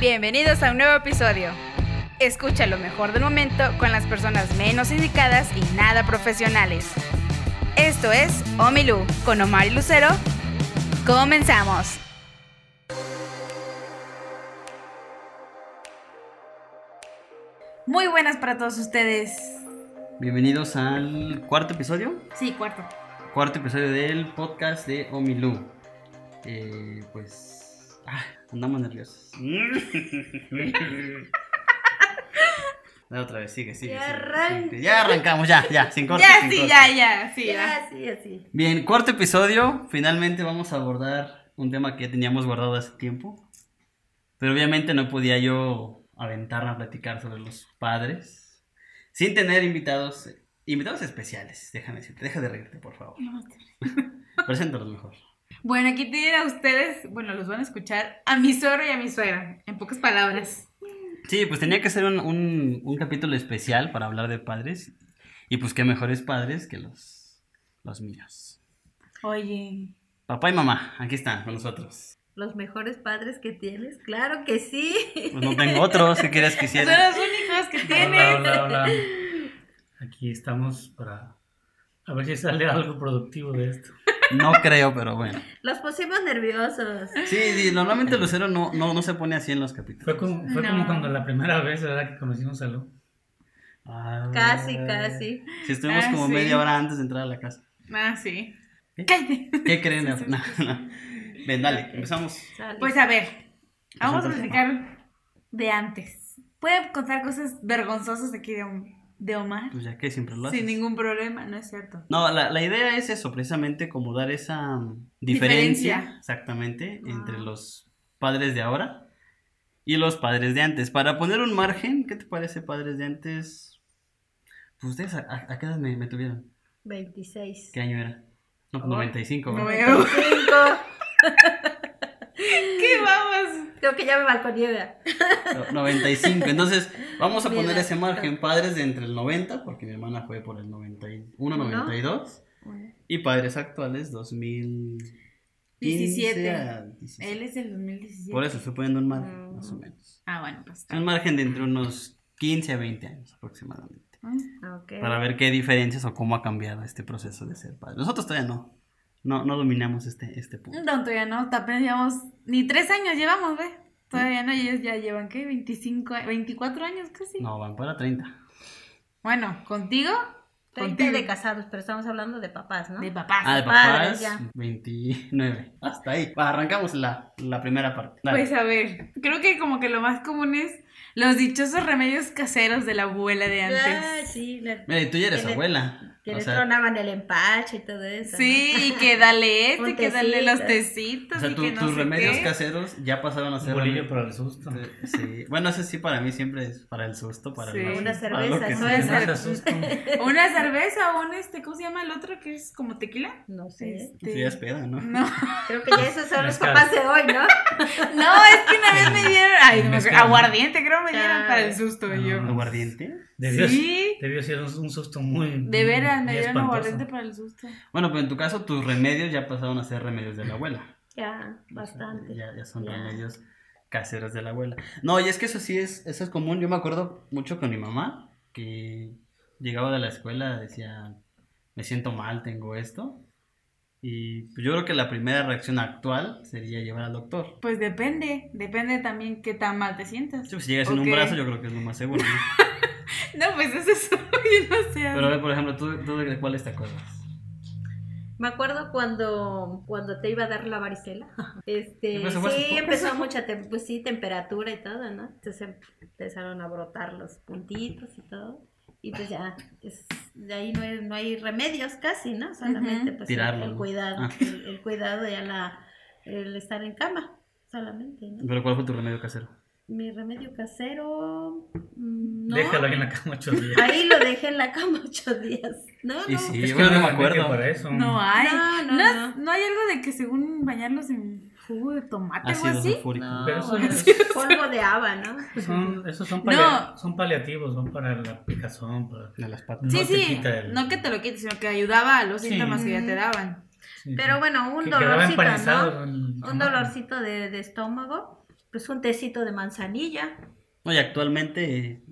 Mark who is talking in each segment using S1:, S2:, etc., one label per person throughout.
S1: Bienvenidos a un nuevo episodio. Escucha lo mejor del momento con las personas menos indicadas y nada profesionales. Esto es Omilú con Omar y Lucero. Comenzamos. Muy buenas para todos ustedes.
S2: Bienvenidos al cuarto episodio.
S1: Sí, cuarto.
S2: Cuarto episodio del podcast de Omilú. Eh, pues. ah, andamos nerviosos. Dale otra vez, sigue, sigue.
S3: Ya
S2: sigue,
S3: arranca.
S2: sigue. Ya arrancamos, ya, ya, sin corte.
S1: Ya,
S2: sin
S1: sí,
S2: corte.
S1: ya, ya, sí, ya.
S3: Ya, sí, así.
S2: Bien, cuarto episodio. Finalmente vamos a abordar un tema que ya teníamos guardado hace tiempo. Pero obviamente no podía yo aventarme a platicar sobre los padres sin tener invitados, invitados especiales. Déjame decirte, deja de reírte, por favor. Preséntalos mejor.
S1: Bueno, aquí tienen a ustedes, bueno, los van a escuchar, a mi suegro y a mi suegra, en pocas palabras.
S2: Sí, pues tenía que ser un, un- un capítulo especial para hablar de padres. Y pues qué mejores padres que los, los míos.
S1: Oye,
S2: Papá y mamá, aquí están con nosotros.
S3: Los mejores padres que tienes, claro que sí.
S2: Pues no tengo otros, ¿qué quieres que
S1: son
S2: hiciera?
S1: los únicos que
S4: Hola,
S1: tienen.
S4: hola, hola. Aquí estamos para a ver si sale algo productivo de esto.
S2: No creo, pero bueno.
S3: Los pusimos nerviosos.
S2: Sí, sí, normalmente Lucero no, no, no se pone así en los
S4: Fue
S2: capítulos.
S4: como, fue
S1: No.
S4: como cuando la primera vez, ¿verdad? Que conocimos a Lu.
S2: Ah.
S3: Casi, casi.
S2: Sí, estuvimos
S1: Ah,
S2: como
S1: sí.
S2: media hora antes de entrar a la casa.
S1: Ah, sí.
S2: ¿Eh?
S1: Cállate.
S2: ¿Qué creen? No, no. Ven, dale, empezamos.
S3: Sale.
S1: Pues a ver, vamos a
S2: Preséntate.
S1: platicar de antes. Puede contar cosas vergonzosas aquí de, Om- de Omar
S2: Pues ya que siempre lo haces.
S1: sin ningún problema, ¿no es cierto?
S2: No, la, la idea es eso, precisamente como dar esa mm, diferencia,
S1: Diferencia.
S2: exactamente,
S3: Ah.
S2: entre los padres de ahora y los padres de antes. Para poner un margen, ¿qué te parece padres de antes? Pues ustedes, ¿a, a- a qué edad me, me tuvieron?
S3: 26.
S2: ¿Qué año era? No,
S3: Oh.
S2: 95, ¿verdad?
S1: No.
S3: 95.
S1: ¿Qué vamos?
S3: Creo que ya me balconeé. ¿verdad?
S2: No, 95. Entonces, vamos a
S3: Mira.
S2: poner ese margen, padres de entre el 90, porque mi hermana fue por el 91,
S3: ¿No?
S2: 92, y padres actuales 2017.
S1: 17.
S2: a 17.
S1: Él es del 2017.
S2: Por eso estoy poniendo un margen,
S3: Mm.
S2: más o menos.
S1: Ah, bueno, pues. está
S2: Un margen de entre unos 15 a 20 años aproximadamente.
S1: bien.
S3: Ok.
S2: Ah, Para ver qué diferencias o cómo ha cambiado este proceso de ser padre. Nosotros todavía no. No, no dominamos este, este punto.
S5: Ah,
S1: No, todavía no, apenas llevamos, ni tres años llevamos, ¿ve? Todavía no, ellos ya llevan, ¿qué? 25, a- 24 años casi.
S2: No, van para 30.
S1: Bueno, contigo,
S3: 30 de
S1: contigo.
S3: casados, pero estamos hablando de papás, ¿no?
S1: de papás.
S2: Ah, de papás,
S3: Padres, ya.
S2: 29. Hasta ahí. Va, arrancamos la, la primera parte. Dale.
S1: Pues a ver, creo que como que lo más común es los dichosos remedios caseros de la abuela de
S3: Ah,
S1: antes.
S3: sí. le-
S2: Mira, y tú ya eres
S3: que le-
S2: abuela.
S3: Que
S2: o
S3: le
S2: sea,
S3: tronaban el empache y todo eso.
S1: Sí, y que dale este,
S3: Con
S1: que dale los
S2: o
S1: tecitos.
S2: sea,
S1: y
S2: tu-
S1: que no
S2: tus
S1: sé
S2: remedios
S1: qué.
S2: caseros ya pasaron a
S4: Un
S2: ser.
S4: bolillo para el susto.
S2: Sí. Bueno, eso sí para mí siempre es para el susto, para
S1: Sí.
S2: el
S1: Una
S2: para lo
S3: cerveza,
S2: que
S3: ¿no?
S2: sea.
S1: Puede
S4: No
S1: ser.
S4: se asusten.
S1: Una cerveza o un este, ¿cómo se llama el otro que es como tequila?
S3: ¿no? No sé.
S1: Este,
S2: Sí, ya es peda, ¿no?
S1: No,
S3: Creo que ya esos son los
S4: Mezcal.
S3: papás de hoy, ¿no?
S1: no, es que una vez me dieron, ay, no me acuerdo,
S4: Mezcal.
S1: aguardiente creo me dieron
S3: Ah.
S1: para el susto
S4: Ah,
S1: yo.
S2: ¿Aguardiente?
S4: Debió,
S1: Sí.
S4: debió ser un, un susto muy.
S1: De veras, me
S4: muy
S1: dieron
S4: espantoso.
S1: aguardiente para el susto.
S2: Bueno, pues en tu caso tus remedios ya pasaron a ser remedios de la abuela.
S3: Ya, bastante.
S2: Ya, ya son
S3: Ya.
S2: remedios caseros de la abuela. No, y es que eso sí es, eso es común. Yo me acuerdo mucho con mi mamá, que llegaba de la escuela, decía, me siento mal, tengo esto. Y pues yo creo que la primera reacción actual sería llevar al doctor.
S1: Pues depende, depende también qué tan mal te sientas.
S2: Sí, pues, Si llegas en
S1: Ok.
S2: un brazo, yo creo que es lo más seguro. ¿no?
S1: No, pues eso es eso, yo no sé.
S2: Pero a ver, por ejemplo, ¿tú, tú de cuáles te acuerdas?
S3: Me acuerdo cuando, cuando te iba a dar la varicela. Este,
S2: Empezó más-
S3: sí, empezó mucha tem- pues sí, temperatura y todo, ¿no? Entonces em- empezaron a brotar los puntitos y todo. Y pues ya, es- de ahí no hay, no hay remedios casi, ¿no? Solamente
S1: Ujú.
S3: pues
S2: Tirarlo,
S3: el, el
S2: ¿no?
S3: cuidado,
S2: Ah.
S3: el, el cuidado ya la, el estar en cama, solamente, ¿no?
S2: ¿Pero cuál fue tu remedio casero?
S3: Mi remedio casero, mm, no.
S4: Déjalo ahí en la cama ocho días.
S3: Ahí lo dejé en la cama ocho días. No,
S2: Y
S3: no.
S2: sí,
S4: Es que
S2: bueno, no me
S4: hay remedio
S2: acuerdo.
S4: Para eso.
S1: No hay.
S3: No, no,
S1: no,
S3: no.
S1: no hay algo de que según bañarlos en jugo de tomate o algo
S2: Ácido
S1: así.
S2: sulfúrico.
S4: Pero eso-
S3: polvo de haba, ¿no?
S4: Son, esos son,
S1: No.
S4: palia- son paliativos, son para la picazón. Para...
S2: De las patas.
S4: No
S1: Sí,
S4: te
S1: sí,
S4: quita el-
S1: no que te lo quites, sino que ayudaba a los
S4: Sí.
S1: síntomas que ya
S5: Mm.
S1: te daban.
S4: Sí, sí.
S3: Pero bueno, un
S4: Que quedaba
S3: dolorcito,
S4: empanizado
S3: ¿no?
S4: el
S3: Un
S4: tomate.
S3: dolorcito de, de estómago. pues un tecito de manzanilla.
S2: Oye, actualmente,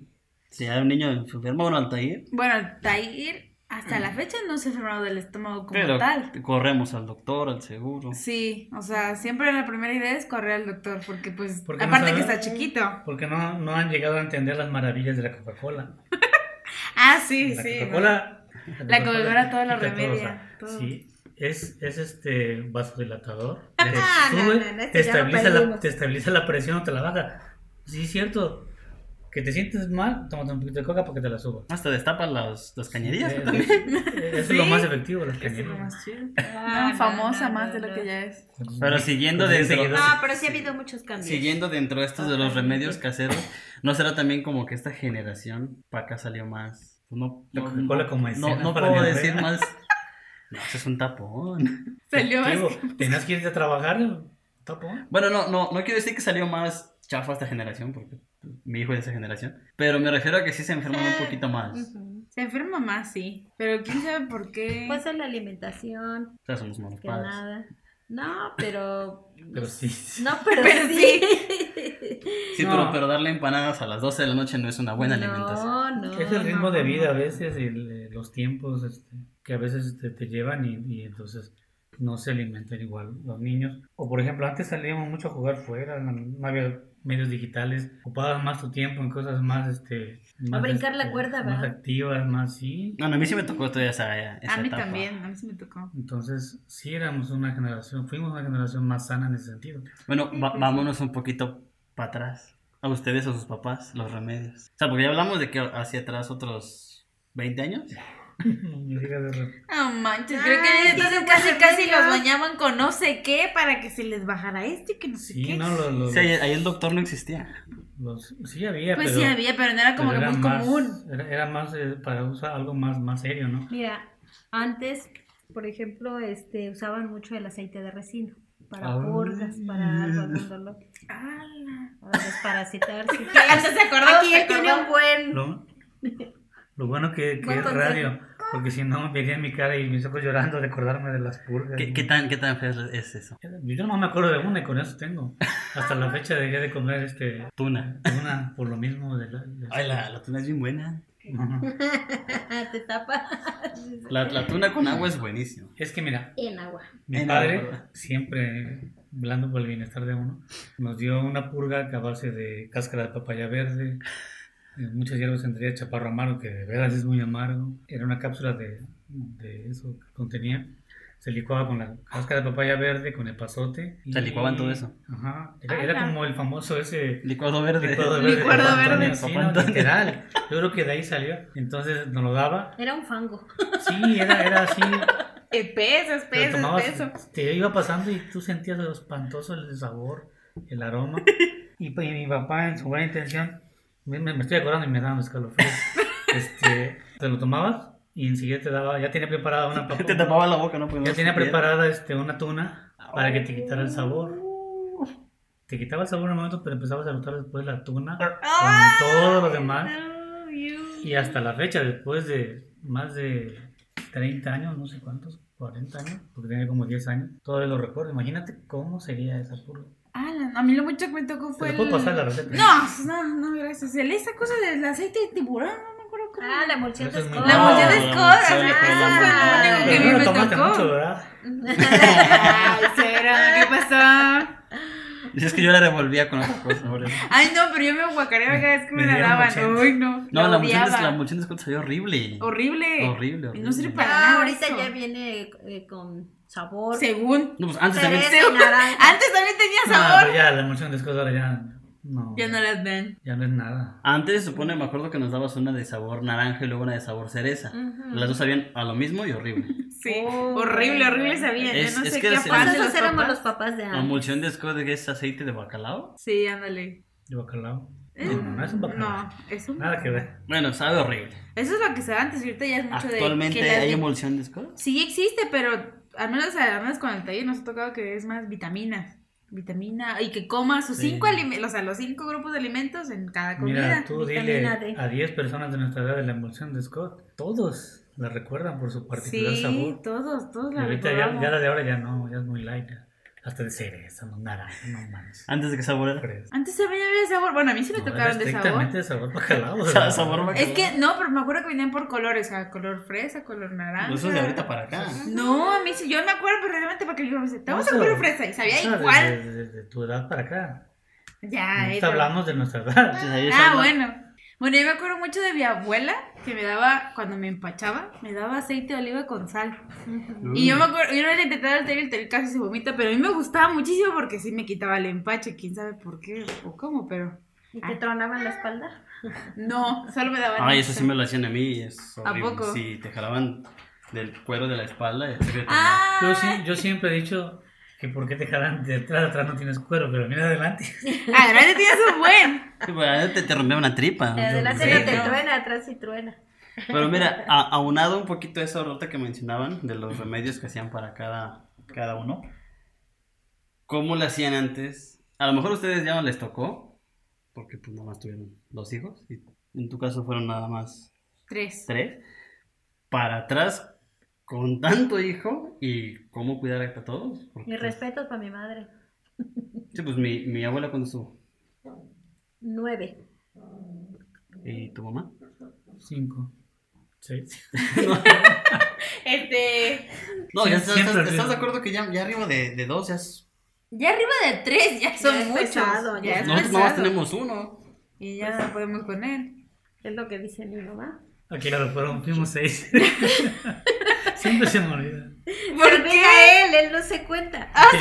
S2: si hay un niño enfermo, bueno, Altair,
S5: Bueno, Tair hasta la fecha no se ha enfermado del estómago como
S2: pero
S5: tal.
S2: corremos al doctor, al seguro.
S5: Sí, o sea, siempre la primera idea es correr al doctor, porque pues,
S4: Porque no
S5: aparte
S4: sabe-
S5: que está chiquito.
S4: Porque no, no han llegado a entender las maravillas de la Coca-Cola.
S5: Ah, sí,
S4: La
S5: sí.
S4: Coca-Cola.
S5: La Coca-Cola todo
S4: quita
S5: lo
S4: o
S5: remedia,
S4: sea,
S5: todo.
S4: Sí, es, es este vasodilatador.
S3: Ah,
S4: Te
S3: no,
S4: sube,
S3: no, no, este
S4: te,
S3: ya lo
S4: estabiliza la,
S3: perdimos.
S4: te estabiliza la presión o te la baja. Sí, es cierto. Que te sientes mal, tómate un poquito de coca porque te la suba.
S2: Hasta destapan las, las cañerías.
S4: Eh,
S2: ¿no?
S4: es, es lo
S5: Sí.
S4: más efectivo, las
S5: Es lo
S4: cañerías.
S5: más chido.
S3: Ah,
S5: No, famosa
S3: no,
S5: más
S3: no,
S5: de lo
S3: no.
S5: que ya es.
S2: Pero siguiendo
S4: Pues,
S2: dentro, ah,
S4: enseguida-
S3: No,
S5: Ah,
S3: pero sí ha habido muchos cambios.
S2: siguiendo dentro estos de los remedios caseros, ¿no será también como que esta generación para acá salió más? Pues No,
S4: La
S2: no-
S4: Coca-Cola
S2: no,
S4: como escena
S2: no
S4: para ¿eh?
S2: puedo
S4: diarrea.
S2: decir más. No, eso es un tapón.
S4: Te
S5: Salió más.
S4: digo, Tenías que irte a trabajar, tapón.
S2: Bueno, no, no, no quiero decir que salió más chafa esta generación, porque pues, mi hijo es de esa generación. Pero me refiero a que sí se enfermó un poquito más. O
S3: Ujú.
S5: Se enferma más, sí. Pero quién sabe por qué.
S3: Pues en la alimentación,
S2: sea, somos malos
S3: que
S2: padres.
S3: nada. No, pero.
S4: Pero sí.
S3: No, pero,
S5: Pero
S3: sí.
S2: Sí,
S4: No.
S2: pero, pero darle empanadas a las 12 de la noche no es una buena alimentación.
S3: No, no.
S5: Ah,
S4: Es el ritmo
S3: no,
S4: de vida a
S3: no.
S4: veces y el- eh, los tiempos este, que a veces te, te llevan y, y entonces no se alimentan igual los niños. O por ejemplo, antes salíamos mucho a jugar fuera, no, no había medios digitales, ocupabas más tu tiempo en cosas más... Este, más,
S3: brincar la
S4: este,
S3: cuerda,
S4: Más
S3: ¿verdad?
S4: activas, más sí.
S2: Bueno, a mí sí me tocó todavía esa, esa
S5: a mí
S2: etapa.
S5: también, a mí sí me tocó.
S4: Entonces, sí éramos una generación, fuimos una generación más sana en ese sentido.
S2: Bueno, va- vámonos un poquito para atrás. A ustedes o sus papás, los remedios. O sea, porque ya hablamos de que hacia atrás otros 20 años.
S4: No me digas de re-
S5: No manches,
S3: Ay,
S5: creo que
S3: sí,
S5: entonces
S3: son
S5: casi,
S3: buenos
S5: casi los
S3: remedios.
S5: bañaban con no sé qué para que se les bajara esto y que no sé
S4: Sí,
S5: qué.
S4: no, los, los-
S2: Sí, ahí, ahí el doctor no existía.
S4: los- sí había,
S5: pues
S4: pero...
S5: sí había, pero no era como que
S4: pero era
S5: muy
S4: más-
S5: común.
S4: Era, era más eh, para usar algo más, más serio, ¿no?
S3: Mira, antes, por ejemplo, este, usaban mucho el aceite de resino para
S4: Ay.
S3: purgas, para
S4: Mm.
S3: algún dolor,
S5: Ah,
S3: para desparasitarse.
S5: Antes se acordó,
S3: Aquí
S5: se
S3: él tiene
S5: acordó.
S3: un buen.
S4: Lo, lo bueno que, que
S3: Buen
S4: es
S3: consejo.
S4: radio, porque si no me vería mi cara y mis ojos llorando de acordarme de las purgas.
S2: ¿Qué, qué tan, ¿Qué tan feo es eso?
S4: Yo no me acuerdo de una y con eso tengo. Hasta la fecha dejé de comer este
S2: Tuna.
S4: una por lo mismo de la... de-
S2: Ay, la, la tuna es bien buena.
S4: No.
S3: Te tapa
S2: La, la tuna con agua es buenísimo.
S4: Es que mira,
S3: en agua.
S4: Mi
S2: En
S4: padre,
S2: agua.
S4: siempre hablando por el bienestar de uno, nos dio una purga que a base de cáscara de papaya verde, eh, muchas hierbas, entre ellas chaparro amargo, que de veras es muy amargo. Era una cápsula de, de eso que contenía. Se licuaba con la cáscara de papaya verde, con el pasote.
S2: Se licuaban todo eso.
S3: Ah,
S4: Ajá. Era, era
S5: Ala.
S4: como el famoso ese
S2: Licuado verde.
S4: licuado
S5: verde.
S4: de
S5: Licuado
S4: Papá
S5: verde.
S4: Antonio, sí,
S2: Papá
S4: no,
S2: Antonio.
S4: literal. Yo creo que de ahí salió. Entonces nos lo daba.
S3: Era un fango.
S4: Sí, era, era así.
S3: eh,
S5: Espeso,
S4: Pero
S5: espeso,
S4: tomabas-
S5: espeso.
S4: te iba pasando y tú sentías lo espantoso el sabor, el aroma. Y, pa- y mi papá, en su buena intención, me, me- me estoy acordando y me daban escalofríos. Este, te lo tomabas y enseguida te daba, ya tenía preparada una papa.
S2: Te tapaba la boca, ¿no? Porque no
S4: Ya tenía
S2: se pudiera.
S4: preparada este, una tuna para que te quitara
S5: Oh.
S4: el sabor. Te quitaba el sabor en un momento, pero empezabas a notar después la tuna con todo lo demás. Y hasta la fecha, después de más de 30 años, no sé cuántos, 40 años, porque tenía como 10 años, todavía lo recuerdo. Imagínate cómo sería esa purga.
S5: Ah, a mí lo mucho que me tocó
S4: ¿Te
S5: fue.
S4: la puedo
S5: el-
S4: pasar la receta?
S5: No, no, no, gracias. El- Esa cosa del aceite de tiburón, no me acuerdo cómo.
S3: Ah, la emulsión
S4: Eso
S3: de
S4: es muy
S3: escoba.
S5: la
S2: No,
S5: mujer de
S4: Ah,
S2: la
S5: Scott,
S2: mujer de
S5: ajá,
S2: Scott.
S5: eso fue lo único que a
S4: Pero
S5: mí
S4: no
S5: me
S4: lo tomaste
S5: tocó.
S4: mucho, ¿verdad?
S5: Ay, será, ¿qué pasó?
S2: Es que yo la revolvía con otra cosa. por eso.
S5: Ay, no, pero yo me guacareaba cada vez que
S4: Me
S5: me la
S4: dieron
S5: daban.
S4: ochenta.
S5: Uy, no.
S2: No, la
S5: odiaba.
S2: mochila, la mochila de Scott salió horrible.
S5: Horrible.
S2: Horrible,
S5: Y no sirve
S2: horrible.
S5: para
S3: Ah,
S5: nada.
S3: ahorita
S5: eso.
S3: ya viene eh, con sabor.
S5: Según.
S2: No, pues antes
S3: Cereza
S2: también.
S3: y naranja.
S5: Antes también tenía
S4: No,
S5: sabor.
S4: pero ya la emoción de Scott ahora ya no,
S5: Ya no las ven.
S4: ya no es nada.
S2: Antes se supone, me acuerdo que nos dabas una de sabor naranja y luego una de sabor cereza.
S3: Ujú.
S5: Mm.
S2: Las dos sabían a lo mismo y horrible.
S5: Sí.
S3: Oh,
S5: horrible, horrible sabía.
S2: Es-
S5: Yo no
S2: es
S5: sé
S2: que
S5: qué
S2: se-
S5: afán de
S3: Nosotros
S5: los
S3: éramos
S5: papás.
S3: los papás de
S5: Ah.
S2: La
S3: antes.
S2: emulsión de Scott que es aceite de bacalao.
S5: Sí, ándale.
S4: De bacalao.
S5: Eh,
S4: No, no es un bacalao.
S5: No, es un-
S4: Nada que ver.
S2: Bueno, sabe horrible.
S5: Eso es lo que se da antes. Ahorita ya es mucho de.
S2: Actualmente
S5: que las
S2: hay
S5: vi-
S2: emulsión de Scott.
S5: Sí existe, pero al menos, al menos con el taller nos ha tocado que es más vitaminas. Vitamina, y que coma sus
S4: Sí.
S5: cinco alimentos, o sea, los cinco grupos de alimentos en cada comida.
S4: Mira, tú dile
S3: vitamina D.
S4: a 10 personas de nuestra edad de la emulsión de Scott. Todos la recuerdan por su particular
S5: sí,
S4: sabor.
S5: todos, todos
S4: Y
S5: la
S4: ahorita ya,
S5: recordamos.
S4: ya la de ahora ya no, ya es muy light. ya. hasta de cereza, no naranja, no mames.
S2: Antes de que saboreara.
S4: Fresa.
S5: Antes también había de sabor. Bueno, a mí sí me
S4: No, era
S5: tocaron de sabor.
S4: estrictamente de sabor bacalao.
S2: O sea,
S4: ¿verdad?
S2: sabor bacalao.
S5: Es que no, pero me acuerdo que venían por colores, o sea, color fresa, color naranja.
S2: No, eso es de ahorita para acá.
S5: No, a mí sí, yo me acuerdo perfectamente porque yo me decía, te vamos a
S4: No,
S5: color
S4: eso-
S5: fresa y sabía
S4: eso de-
S5: igual.
S4: de- de- de tu edad para acá.
S5: Ya,
S4: Ahorita
S5: era-
S4: hablamos de nuestra edad.
S2: Entonces, ahí
S5: Ah,
S2: está-
S5: bueno. Bueno, yo me acuerdo mucho de mi abuela que me daba, cuando me empachaba, me daba aceite de oliva con sal. Y
S2: Mm.
S5: yo me acuerdo, yo no le intenté dar el tel, el tel casi se vomita, pero a mí me gustaba muchísimo porque sí me quitaba el empache, quién sabe por qué o cómo, pero
S3: ¿Y te tronaban la espalda?
S5: no, solo me daban.
S2: Ay, eso sí me lo hacían a mí. y Es horrible.
S5: poco?
S2: Sí, te jalaban del cuero de la espalda. y así que te-
S5: Ah,
S4: Yo, sí, yo siempre he dicho que por qué te jalan de atrás, atrás no tienes cuero, pero mira adelante.
S5: adelante Ah, tienes un buen.
S2: Sí, pues, ahí te, te rompía una tripa.
S3: De adelante
S5: sí,
S3: no te
S5: no.
S3: truena, atrás sí truena.
S2: Pero mira, a- aunado un poquito a esa ruta que mencionaban, de los remedios que hacían para cada, cada uno, ¿cómo lo hacían antes? A lo mejor a ustedes ya no les tocó, porque pues nada más tuvieron dos hijos, y en tu caso fueron nada más
S5: Tres.
S2: tres. Para atrás, con tanto hijo, y cómo cuidar a todos. porque,
S3: Mi
S2: pues,
S3: respeto para mi madre.
S2: Sí, pues mi, mi abuela cuando estuvo,
S3: Nueve.
S2: y tu mamá.
S4: Cinco. Seis.
S5: Este.
S2: No,
S4: Sí,
S2: ya estás,
S4: siempre
S2: estás-
S4: arriba.
S2: estás de acuerdo que ya, ya arriba de, de dos, ya es-
S5: Ya arriba de tres, ya son
S3: Ya es
S5: muchos.
S3: pesado, ya
S5: ya es
S3: es
S2: Nosotros nada más
S5: pesado.
S2: tenemos uno. Pues
S5: Y ya no podemos con él.
S3: Es lo que dice mi mamá.
S4: Aquí claro, fueron, fuimos seis. siempre se me olvida.
S5: ¿Por
S3: Pero mira
S5: qué?
S3: él, él no se cuenta.
S4: Sí,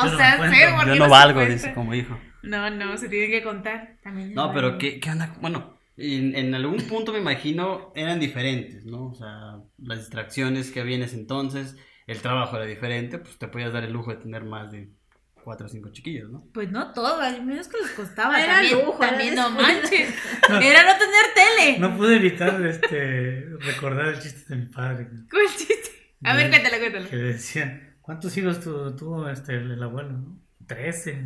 S5: O
S4: yo no
S5: sea,
S4: me
S5: sé,
S4: cuento.
S5: ¿por
S2: Yo
S5: qué
S2: no
S5: se
S2: valgo,
S5: cuenta?
S2: dice como hijo.
S5: No, no, se tiene que contar. También es
S2: No, pero
S5: válido.
S2: ¿qué, qué onda? Bueno, en, en algún punto me imagino eran diferentes, ¿no? O sea, las distracciones que había en ese entonces, el trabajo era diferente, pues te podías dar el lujo de tener más de cuatro o cinco chiquillos, ¿no?
S5: Pues no todo, al menos que les costaba.
S3: Era
S5: también,
S3: lujo, era
S5: también no
S3: descuido.
S5: manches. Era no tener tele.
S4: No pude evitar este, recordar el chiste de mi padre.
S5: ¿Cuál chiste? A ver,
S4: No.
S5: cuéntalo, cuéntalo.
S4: Que le decían, ¿cuántos hijos tu- tuvo este, el, el abuelo? no? Trece.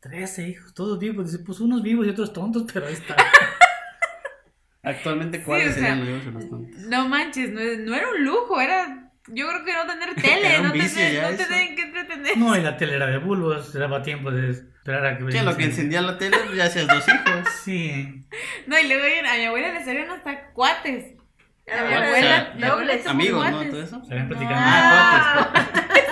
S4: Trece hijos, todos vivos. Dice, pues unos vivos y otros tontos, pero ahí está.
S2: Actualmente,
S5: Sí,
S2: ¿cuáles
S5: o sea,
S2: serían los hijos de los tontos?
S5: No manches, no, no era un lujo, era. Yo creo que no tener
S2: Era
S5: tele,
S2: un
S5: no
S2: vicio
S5: tener,
S2: ya
S5: no
S2: eso.
S5: tener que entretener.
S4: No, y la tele era de bulbos, daba tiempo de esperar a que...
S2: Sí, lo que encendía la tele, pues, ya hacías dos hijos.
S4: Sí.
S5: No, y luego a mi abuela le salieron hasta cuates. A mi
S2: Ah, o
S5: abuela,
S2: sea,
S5: mi abuela
S3: dobles,
S5: somos
S2: Amigos, ¿no?
S5: cuates.
S2: Todo eso.
S4: Se habían platicado.
S2: Ah, cuates.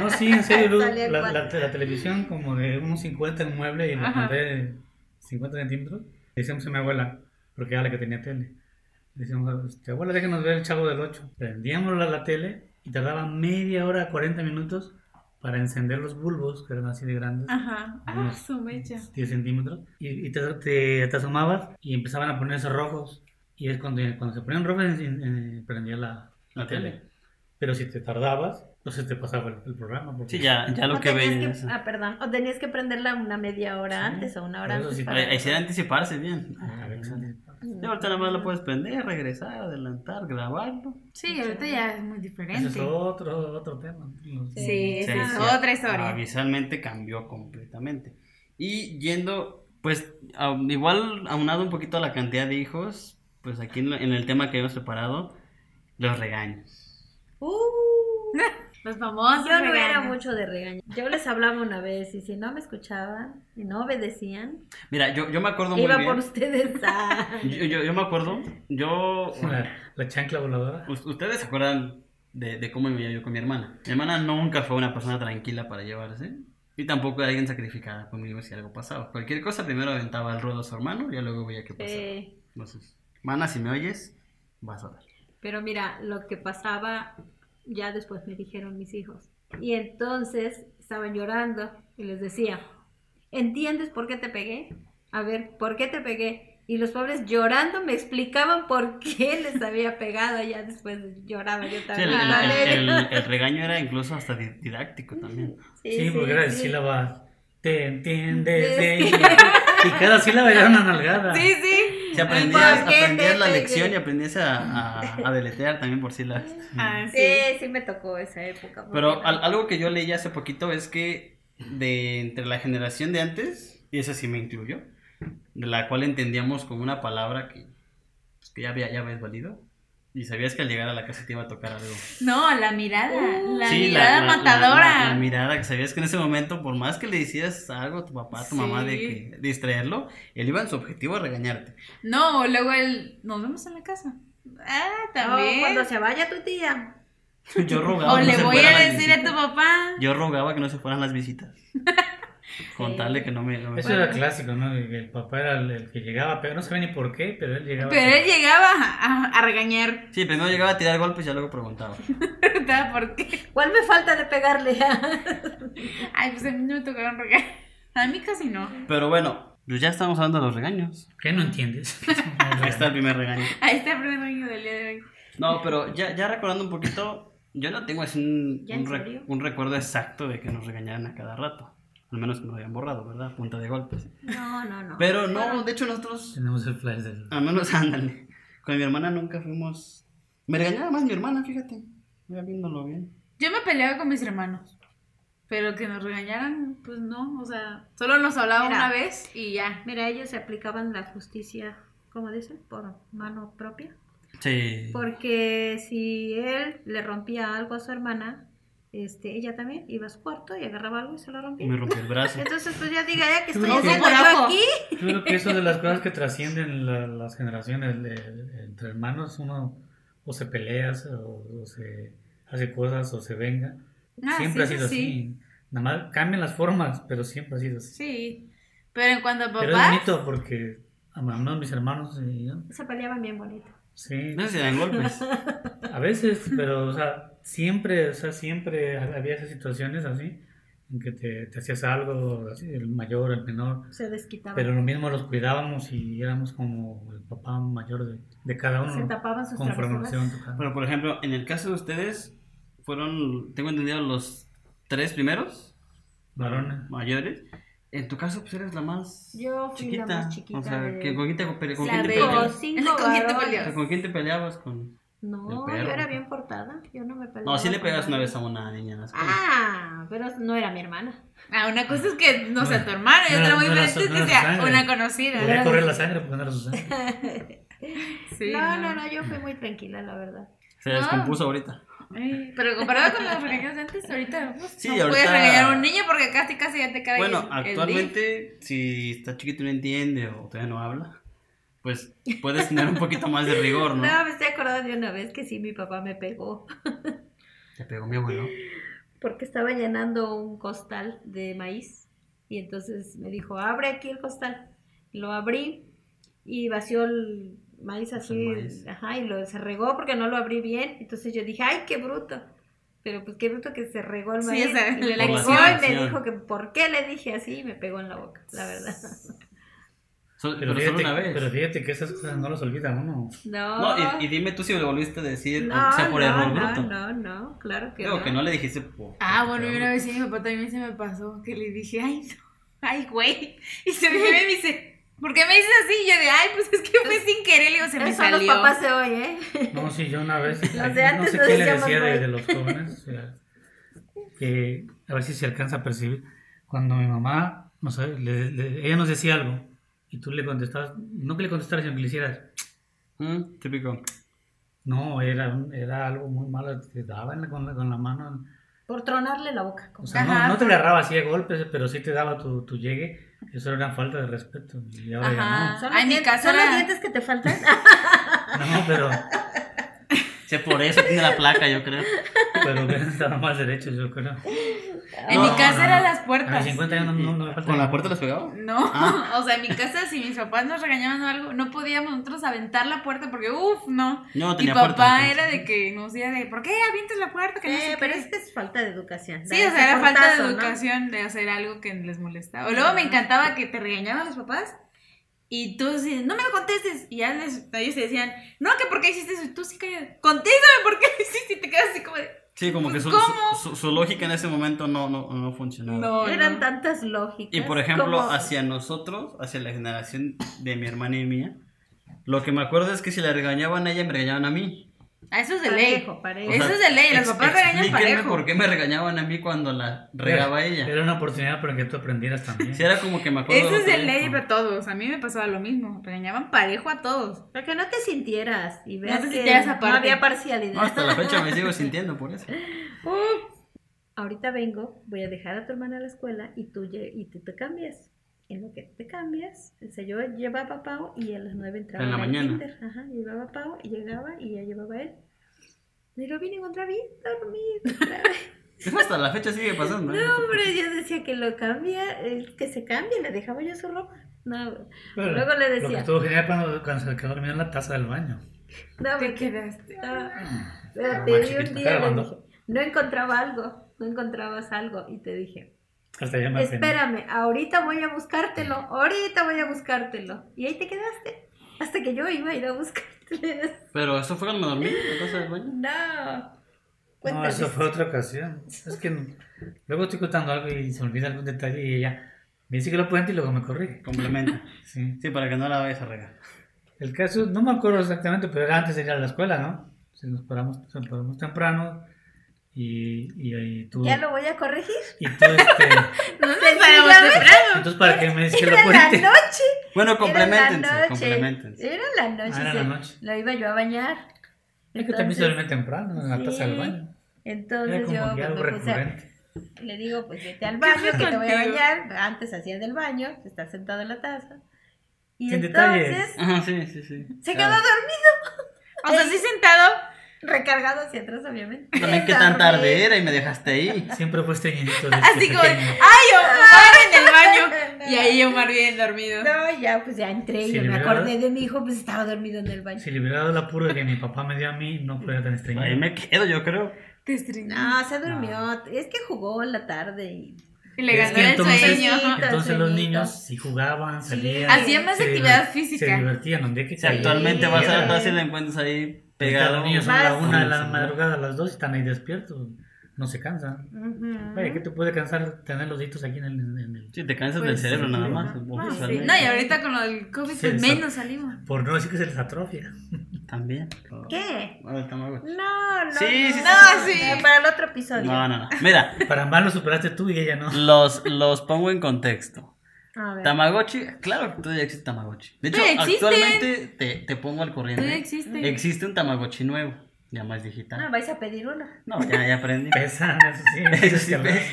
S4: No, sí, en serio, luego
S3: Salía el
S4: la,
S3: cuate.
S4: la te- la televisión como de unos 50 en un mueble y la
S5: Ajá.
S4: monté 50 centímetros. Le decíamos a mi abuela, porque era la que tenía tele. Le decíamos, este, abuela, déjanos ver el chavo del 8. Prendíamos la, la tele y tardaba media hora, 40 minutos para encender los bulbos, que eran así de grandes.
S5: Ajá. Ah, su mecha.
S4: 10 centímetros y, y te, te, te asomabas y empezaban a ponerse rojos y es cuando, cuando se ponían rojos en- en- eh, prendía la, la
S2: La
S4: tele.
S2: tele.
S4: pero si te tardabas entonces te pasaba el, el programa porque
S2: Sí, ya, ya lo
S3: O
S2: que
S3: tenías
S2: veías.
S3: que- Ah, perdón. O tenías que prenderla una media hora
S4: Sí.
S3: antes o una hora
S4: Eso
S3: antes.
S4: sí,
S2: Ahí
S3: para-
S2: ahí sí era anticiparse bien.
S4: Ah, excelente.
S2: Y ahorita nada más la puedes prender, regresar, adelantar, grabarlo.
S5: Sí, ahorita ya es muy
S4: ese
S5: diferente.
S4: es otro otro tema Los-
S5: Sí, esa
S2: Sí,
S5: es
S2: sí.
S5: otra historia. Ah,
S2: Visualmente cambió completamente. Y yendo, pues, a- igual aunado un poquito a la cantidad de hijos, pues aquí en, la- en el tema que hemos preparado, los regaños.
S3: Uh,
S5: Los famosos.
S3: yo no era
S5: regaños.
S3: mucho de regaño. Yo les hablaba una vez y si no me escuchaban y no obedecían,
S2: Mira, yo, yo me acuerdo muy
S3: iba
S2: bien.
S3: por ustedes ah. a...
S2: Yo, yo- yo me acuerdo, yo.
S4: la, la chancla voladora
S2: us- Ustedes se acuerdan de, de cómo vivía yo con mi hermana. Mi hermana nunca fue una persona tranquila para llevarse. Y tampoco era alguien sacrificada conmigo si algo pasaba. Cualquier cosa primero aventaba al ruedo a su hermano y ya luego veía qué pasaba.
S3: Eh,
S2: Entonces, mana, si me oyes, vas a ver.
S3: pero mira, lo que pasaba ya después me dijeron mis hijos. Y entonces estaban llorando y les decía, ¿entiendes por qué te pegué? A ver, ¿por qué te pegué? Y los pobres llorando me explicaban por qué les había pegado. Ya después lloraba yo
S2: Sí,
S3: también. Ah,
S2: el, el-
S3: Valeria.
S2: el- el- el regaño era incluso hasta di- didáctico también.
S4: sí, porque era de
S3: sí.
S4: sílabas te entiendes
S3: Sí.
S4: de ella. y cada sílaba era una nalgada
S5: Sí, sí.
S2: Sí, aprendías,
S3: ¿Por qué te
S2: aprendías la
S3: pegué?
S2: lección y aprendías a, a- a deletear también por sí las...
S5: Ah,
S3: Sí,
S5: sí.
S3: sí me tocó esa época.
S2: Pero
S3: porque-
S2: al- algo que yo leí hace poquito es que de entre la generación de antes, y esa sí me incluyo, de la cual entendíamos como una palabra que, pues, que ya, había- ya habéis valido, Y sabías que al llegar a la casa te iba a tocar algo.
S5: No, la mirada.
S3: uh.
S5: la
S2: Sí,
S5: mirada
S2: la-
S5: matadora.
S2: La, la mirada, que sabías que en ese momento, por más que le decías algo a tu papá, a tu mamá, de
S5: Sí.
S2: que distraerlo, él iba en su objetivo a regañarte.
S5: No, o luego el. Nos vemos en la casa. Ah,
S3: Oh,
S5: también.
S3: cuando se vaya tu tía.
S2: Yo rogaba
S5: o
S2: que no
S5: le
S2: se
S5: voy
S2: fueran
S5: a
S2: las
S5: decir a tu
S2: visitas.
S5: papá.
S2: Yo rogaba que no se fueran las visitas. Con tal de que no me. no me
S4: Eso era clásico, ¿no? De que El papá era el, el que llegaba, pero no sabía ni por qué, pero él llegaba.
S5: Pero él llegaba a, a- a regañar.
S2: Sí, primero llegaba a tirar golpes y ya luego preguntaba.
S5: ¿Verdad? ¿Por qué?
S3: ¿Cuál me falta de pegarle?
S5: Ay, pues a mí no me tocaron regañar. A mí casi no.
S2: Pero bueno, pues ya estamos hablando de los regaños.
S4: ¿Qué no entiendes?
S2: Ahí está el primer regaño.
S5: Ahí está el primer regaño del día de hoy.
S2: No, pero ya, ya recordando un poquito, yo no tengo así un,
S3: ¿Ya en
S2: un re-
S3: serio?
S2: un recuerdo exacto de que nos regañaran a cada rato. Al menos que nos hayan borrado, ¿verdad? A Punta de golpes.
S3: No, no, no.
S2: Pero no, de hecho nosotros,
S4: Tenemos el flash del.
S2: al menos ándale. Con mi hermana nunca fuimos. Me regañaba más mi hermana, fíjate. Ya viéndolo bien.
S5: Yo me peleaba con mis hermanos. Pero que nos regañaran, pues no. O sea, solo nos hablaba
S3: Mira.
S5: una vez y ya.
S3: Mira, ellos se aplicaban la justicia, como dicen, por mano propia.
S2: Sí.
S3: Porque si él le rompía algo a su hermana, este, ella también iba a su cuarto y agarraba algo y se lo rompía.
S2: Me rompí el brazo.
S3: Entonces, pues ya diga ya que estoy
S4: No,
S3: haciendo
S5: por
S3: yo
S5: abajo.
S3: aquí.
S4: Yo creo que eso es de las cosas que trascienden la- las generaciones. de- entre hermanos, uno o se pelea o, o se hace cosas o se venga.
S5: Ah,
S4: siempre
S5: sí,
S4: ha sido
S5: sí, sí.
S4: así. Nada más cambian las formas, pero siempre ha sido así.
S5: Sí. Pero en cuanto a
S4: Pero es
S5: papá,
S4: bonito porque a a menos mis hermanos, y yo,
S3: Se peleaban bien bonito.
S4: sí,
S2: No sé si dan golpes.
S4: a veces, pero o sea, siempre, o sea, siempre había esas situaciones así, en que te, te hacías algo, así, el mayor, el menor,
S3: Se desquitaban.
S4: pero lo mismo los cuidábamos y éramos como el papá mayor de, de cada uno,
S3: se
S4: ¿no?
S3: tapaban sus
S4: conforme se iban
S3: travesuras.
S4: tocando.
S2: Pero por ejemplo, en el caso de ustedes, fueron, tengo entendido, los tres primeros
S4: Varones.
S2: mayores. En tu caso, pues eres la más
S3: Yo fui
S2: chiquita.
S3: la más chiquita.
S2: O sea,
S3: de-
S2: que con quién te, con
S5: La
S2: quién te
S5: bebé.
S3: Con
S2: peleabas.
S3: cinco
S5: ¿Con quién te
S3: varones.
S2: O sea,
S5: peleabas?
S2: ¿Con quién te peleabas? Con...
S3: No,
S2: El perro.
S3: yo era bien portada. Yo no me peleaba.
S2: No, sí le pegas
S3: con
S2: una
S3: nadie.
S2: vez a una niña en la escuela.
S3: Ah, pero no era mi hermana.
S5: ah, una cosa es que no sea
S4: No,
S5: tu hermano y
S4: no
S5: otra
S4: era-
S5: muy
S4: no era
S5: diferente
S4: su-
S5: es
S4: no
S5: que
S4: era su
S5: sea
S4: sangre.
S5: una conocida.
S4: Podría correr la sangre porque no era su sangre.
S5: Sí,
S3: no, no, no, yo fui muy tranquila, la verdad.
S2: Se
S5: no.
S2: descompuso ahorita.
S5: Ay, Pero comparado con los regaños de antes, ahorita pues,
S2: Sí,
S5: no
S2: ahorita-
S5: puedes regañar a un niño porque casi casi ya te cae
S2: Bueno,
S5: el- el dip.
S2: actualmente, si está chiquito y no entiende o todavía no habla, pues puedes tener un poquito más de rigor,
S3: No,
S2: ¿no?
S3: me estoy acordando de una vez que sí, mi papá me pegó
S2: Te pegó mi abuelo.
S3: porque estaba llenando un costal de maíz y entonces me dijo, abre aquí el costal. Lo abrí y vació el maíz así,
S2: El maíz.
S3: ajá, y lo, se regó porque no lo abrí bien. Entonces yo dije, ay, qué bruto. Pero pues qué bruto que se regó el
S5: Sí,
S3: maíz.
S5: esa-
S3: y me
S5: la
S3: pegó
S2: acción.
S3: y me dijo que por qué le dije así y me pegó en la boca, la verdad.
S2: Sol- pero
S4: Pero, fíjate,
S2: solo una vez.
S4: pero fíjate que esas cosas no las olvida uno.
S3: No,
S5: Ah.
S2: No, y, y dime tú si lo volviste a decir,
S3: no,
S2: aunque sea por error
S3: no,
S2: bruto.
S3: no, no, claro que
S2: Creo
S3: no.
S2: que no le dijiste por.
S5: Ah,
S2: por-
S5: bueno,
S2: por-
S5: y una vez sí, mi papá también se me pasó que le dije, ay, no, ay, güey. Y se me ve y me dice, ¿por qué me dices así? Y yo de, ay, pues es que fue sin querer, le digo, se me
S3: Esos son
S5: salió.
S3: los papás de hoy, ¿eh?
S4: No, sí, yo una vez.
S3: Los de
S4: no
S3: antes
S4: sé
S3: nos
S4: qué le
S3: decíamos
S4: decía de,
S3: güey.
S4: de los jóvenes. o sea, que a ver si se alcanza a percibir. Cuando mi mamá, no sé, le- le- ella nos decía algo y tú le contestabas, no que le contestaras, sino que le hicieras.
S2: Mm, típico.
S4: No, era, un- era algo muy malo, te daba en la- con, la, con la mano.
S3: Por tronarle la boca.
S4: O
S3: como-
S4: sea, no,
S5: Ajá.
S4: no te agarraba así a golpes, pero sí te daba tu, tu llegue. Eso era una falta de respeto. Y ahora
S5: Ajá.
S3: ¿Son
S5: Ah,
S3: los
S5: en mi
S3: dientes-
S5: casa
S3: ¿Son los
S5: era-
S3: dientes que te faltan?
S4: ya no. No, pero,
S2: Sé por eso tiene la placa, yo creo.
S4: pero estaba más derecho, yo creo.
S5: En
S2: No,
S5: mi casa
S4: no,
S5: eran
S4: no.
S5: las
S4: A los
S5: puertas.
S4: 50 años no, no, no me falta.
S2: ¿Con la puerta los pegaba?
S5: No,
S2: Ah.
S5: o sea, en mi casa si mis papás nos regañaban o algo, no podíamos nosotros aventar la puerta porque, uff, no.
S2: Yo no
S5: Mi
S2: tenía
S5: papá
S2: puerta. pues. entonces.
S5: era de que nos decía de, ¿por qué avientas la puerta? Que no sé
S3: Eh, pero
S5: qué".
S3: es que es falta de educación.
S5: Sí,
S3: Dar
S5: o
S3: ese
S5: sea, era falta de
S3: portazo, ¿no?
S5: educación de hacer algo que les molestaba. O luego me
S3: Ajá.
S5: encantaba que te regañaban los papás y tú decías, no me lo contestes. Y ya les- ellos te decían, no, que por qué hiciste eso. Y tú sí que, contéstame por qué lo hiciste. Y te quedas así como de,
S2: Sí, como que su,
S5: ¿Cómo?
S2: su- su- su lógica en ese momento no, no, no funcionaba.
S5: no.
S3: Eran
S5: no".
S3: tantas lógicas.
S2: Y por ejemplo,
S3: como-
S2: hacia nosotros, hacia la generación de mi hermana y mía, lo que me acuerdo es que si la regañaban a ella, me regañaban a mí.
S5: Ah, eso es de ley.
S3: Parejo,
S2: O
S3: parejo.
S5: Eso es de ley, los
S2: ex-
S5: papás regañan
S2: explíquenme
S5: parejo.
S2: por qué me regañaban a mí cuando la regaba ella.
S4: Era una oportunidad para que tú aprendieras también.
S2: Si era como que me acuerdo.
S5: Eso es de
S2: otro día
S5: ley
S2: como-
S5: para todos. A mí me pasaba lo mismo. Regañaban parejo a todos.
S3: Para que no te sintieras y veas
S5: te
S3: que
S5: sintieras
S3: no
S5: aparte.
S3: había parcialidad.
S2: No, hasta la fecha me sigo sintiendo por eso.
S3: Ahorita vengo, voy a dejar a tu hermana a la escuela y tú, lle- y tú te cambias. En lo que te cambias, o sea, yo llevaba a Pau y a las nueve entraba
S2: En la
S3: al
S2: mañana.
S3: kinder. Ajá, llevaba a Pau y llegaba y ya llevaba a él. Y lo vine a encontrar bien dormido. otra vez.
S2: Eso hasta la fecha sigue pasando. ¿eh?
S3: No, hombre, yo decía que lo cambia, eh, que se cambie, le dejaba yo su ropa. No,
S4: Pero
S3: Luego le decía-
S4: Lo que estuvo genial cuando, cuando se quedó dormido en la taza del baño.
S3: no,
S5: Te
S3: me
S5: quedaste.
S3: quedaba.
S4: Era
S3: Pero
S4: más
S3: te di un
S4: chiquito,
S3: día,
S4: era
S3: le
S4: cuando-
S3: dije, no encontraba algo, no encontrabas algo y te dije,
S4: Hasta ya me ofendí.
S3: Espérame, ahorita voy a buscártelo, ahorita voy a buscártelo. Y ahí te quedaste, hasta que yo iba a ir a buscártelo.
S2: Pero eso fue cuando me dormí, en la taza del baño.
S3: No.
S4: No,
S3: Cuéntales.
S4: eso fue otra ocasión. Es que no- luego estoy contando algo y se me olvida algún detalle y ella me dice que lo cuente y luego me corrige.
S2: Complementa.
S4: Sí.
S2: Sí, para que no la vayas a regar.
S4: El caso, no me acuerdo exactamente, pero era antes de ir a la escuela, ¿no? Se nos paramos, nos paramos temprano y, y, y tú...
S3: Ya lo voy a corregir.
S4: Y tú, este...
S5: No nos
S3: Sí,
S5: paramos
S3: ya ves.
S5: temprano.
S4: entonces, ¿para qué me dices que lo
S3: Era la
S4: cuente?
S3: noche.
S2: Bueno,
S3: Era la
S2: complementense,
S3: noche.
S2: complementense.
S3: Era la noche.
S4: Ah, era la
S3: sí.
S4: noche.
S3: Lo iba yo a bañar.
S4: Es que también se
S3: Entonces,
S4: duerme temprano, en la taza del baño. Era
S3: entonces
S4: como
S3: yo
S4: que
S3: pues,
S4: algo
S3: me puse a-
S4: recurrente.
S3: le digo, pues vete al baño, que te voy a
S5: contigo?
S3: bañar. Antes hacía del baño, está sentado en la taza. Y
S4: Sin
S3: entonces
S4: detalles.
S2: Ajá, sí, sí, sí.
S3: se quedó
S2: Claro.
S3: dormido.
S5: O sea, sí sentado.
S3: Recargado hacia atrás, obviamente.
S2: También qué tan tarde ¿eh?
S3: Dormido.
S2: era y me dejaste ahí.
S4: Siempre fuiste niñito desde
S5: Así como, "Ah".
S4: pequeño.
S5: ¡ay, Omar en el baño! Y ahí Omar bien dormido.
S3: No, ya, pues ya entré y
S4: Sí,
S3: yo me
S4: ¿verdad?
S3: acordé de mi hijo, pues estaba dormido en el baño.
S4: Si le hubiera dado el apuro que mi papá me dio a mí, no fuera tan estreñido.
S2: Ahí me quedo, yo creo.
S5: Te estreñí.
S3: No, se durmió. Es que jugó en la tarde y.
S5: Y le
S4: Es
S5: ganó
S4: que
S5: el
S4: entonces-
S5: sueño.
S3: Sí.
S4: Entonces los
S3: Sueñito.
S4: niños sí jugaban, salían.
S5: Hacían más
S4: se
S5: actividad
S4: divert-
S5: física.
S4: Se divertían, donde que
S2: Si actualmente vas a la
S3: Sí.
S2: taza y la encuentras ahí
S4: Pegado.
S2: pegado.
S4: Los niños son a la
S3: Más.
S4: una de la madrugada, a las dos, y están ahí despiertos. No se cansan. Vaya, ¿qué te puede cansar tener los deditos aquí en el... en el-
S2: Sí, te cansas
S5: Pues
S2: del cerebro
S4: sí,
S2: nada
S4: ¿no?
S2: más.
S3: Ah, sí.
S2: visualmente.
S5: No, y ahorita con lo del COVID,
S4: Sí,
S5: pues
S4: eso.
S5: menos salimos.
S4: Por no decir que se les atrofia.
S2: También.
S3: ¿Qué?
S2: Ahora está mal, güey.
S3: No, no.
S2: Sí,
S3: no,
S2: sí,
S3: no,
S5: sí, sí.
S3: eh, Para el otro episodio.
S2: No, no, no. Mira,
S4: Para mal lo superaste tú y ella no.
S2: los, los pongo en contexto.
S3: A ver.
S2: Tamagotchi, claro que todavía existe Tamagotchi. De hecho,
S5: Todavía existen.
S2: actualmente te, te pongo al corriente.
S5: Todavía existen.
S2: Existe un Tamagotchi nuevo, ya más
S3: No,
S4: Ah.
S2: digital.
S3: vais a pedir uno.
S2: No, ya, ya aprendí.
S4: Pesan, eso sí.
S2: Eso sí,
S4: tienes que
S2: pues.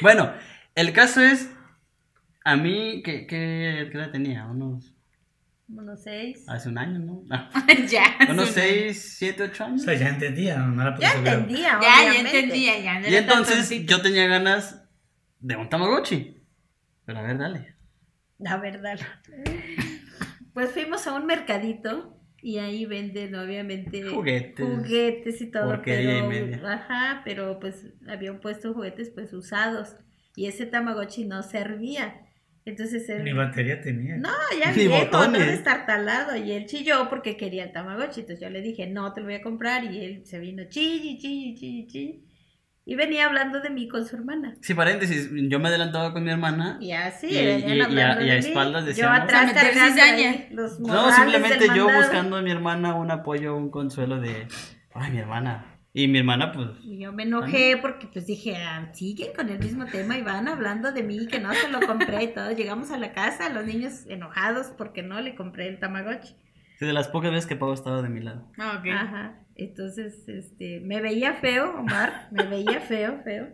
S2: bueno, el caso es, a mí, ¿qué, qué, qué edad tenía? Unos,
S3: Uno seis.
S2: hace un año, ¿no? Ah,
S5: ya.
S2: unos
S5: sí.
S2: 6, 7, 8
S4: O
S2: años.
S4: sea, ya entendía, no era por
S3: Ya
S2: pues,
S4: eso que-
S3: entendía,
S5: Ya, ya
S3: obviamente.
S5: entendía, ya. no
S2: Y
S5: era
S2: entonces
S5: tan tontito.
S2: yo tenía ganas de un Tamagotchi. Pero a ver, dale.
S3: La verdad. Pues fuimos a un mercadito y ahí venden, obviamente.
S2: Juguetes.
S3: juguetes y todo,
S2: porquería
S3: pero,
S2: y media.
S3: ajá, pero pues habían puesto juguetes pues usados y ese Tamagotchi no servía. Entonces él,
S4: Ni batería tenía.
S3: no, ya
S2: ni
S3: viejo,
S2: botones.
S3: todo destartalado y él chilló porque quería el Tamagotchi, entonces yo le dije, "No, te lo voy a comprar" y él se vino chilli, chilli, chilli, chilli. Y venía hablando de mí con su hermana.
S2: Sí, paréntesis, yo me adelantaba con mi hermana
S3: Y así,
S2: Y-
S3: venían
S2: y- y a-
S3: hablando
S2: y a
S3: de mí.
S2: espaldas
S3: Yo
S2: decíamos-
S5: O
S3: atrás
S5: sea, meter
S3: cargando
S5: cizaña.
S3: ahí los
S2: No,
S3: morrales
S2: simplemente
S3: del
S2: yo
S3: mandado.
S2: buscando a mi hermana un apoyo, un consuelo de, ay, mi hermana. Y mi hermana, pues,
S3: Y yo me enojé porque pues dije, "Ah, siguen con el mismo tema y van hablando de mí que no se lo compré y todo. Llegamos a la casa, los niños enojados porque no le compré el Tamagotchi.
S2: sí, de las pocas veces que Pau estaba de mi lado.
S5: Ah, ok.
S3: Ajá. Entonces, este, me veía feo, Omar, me veía feo, feo.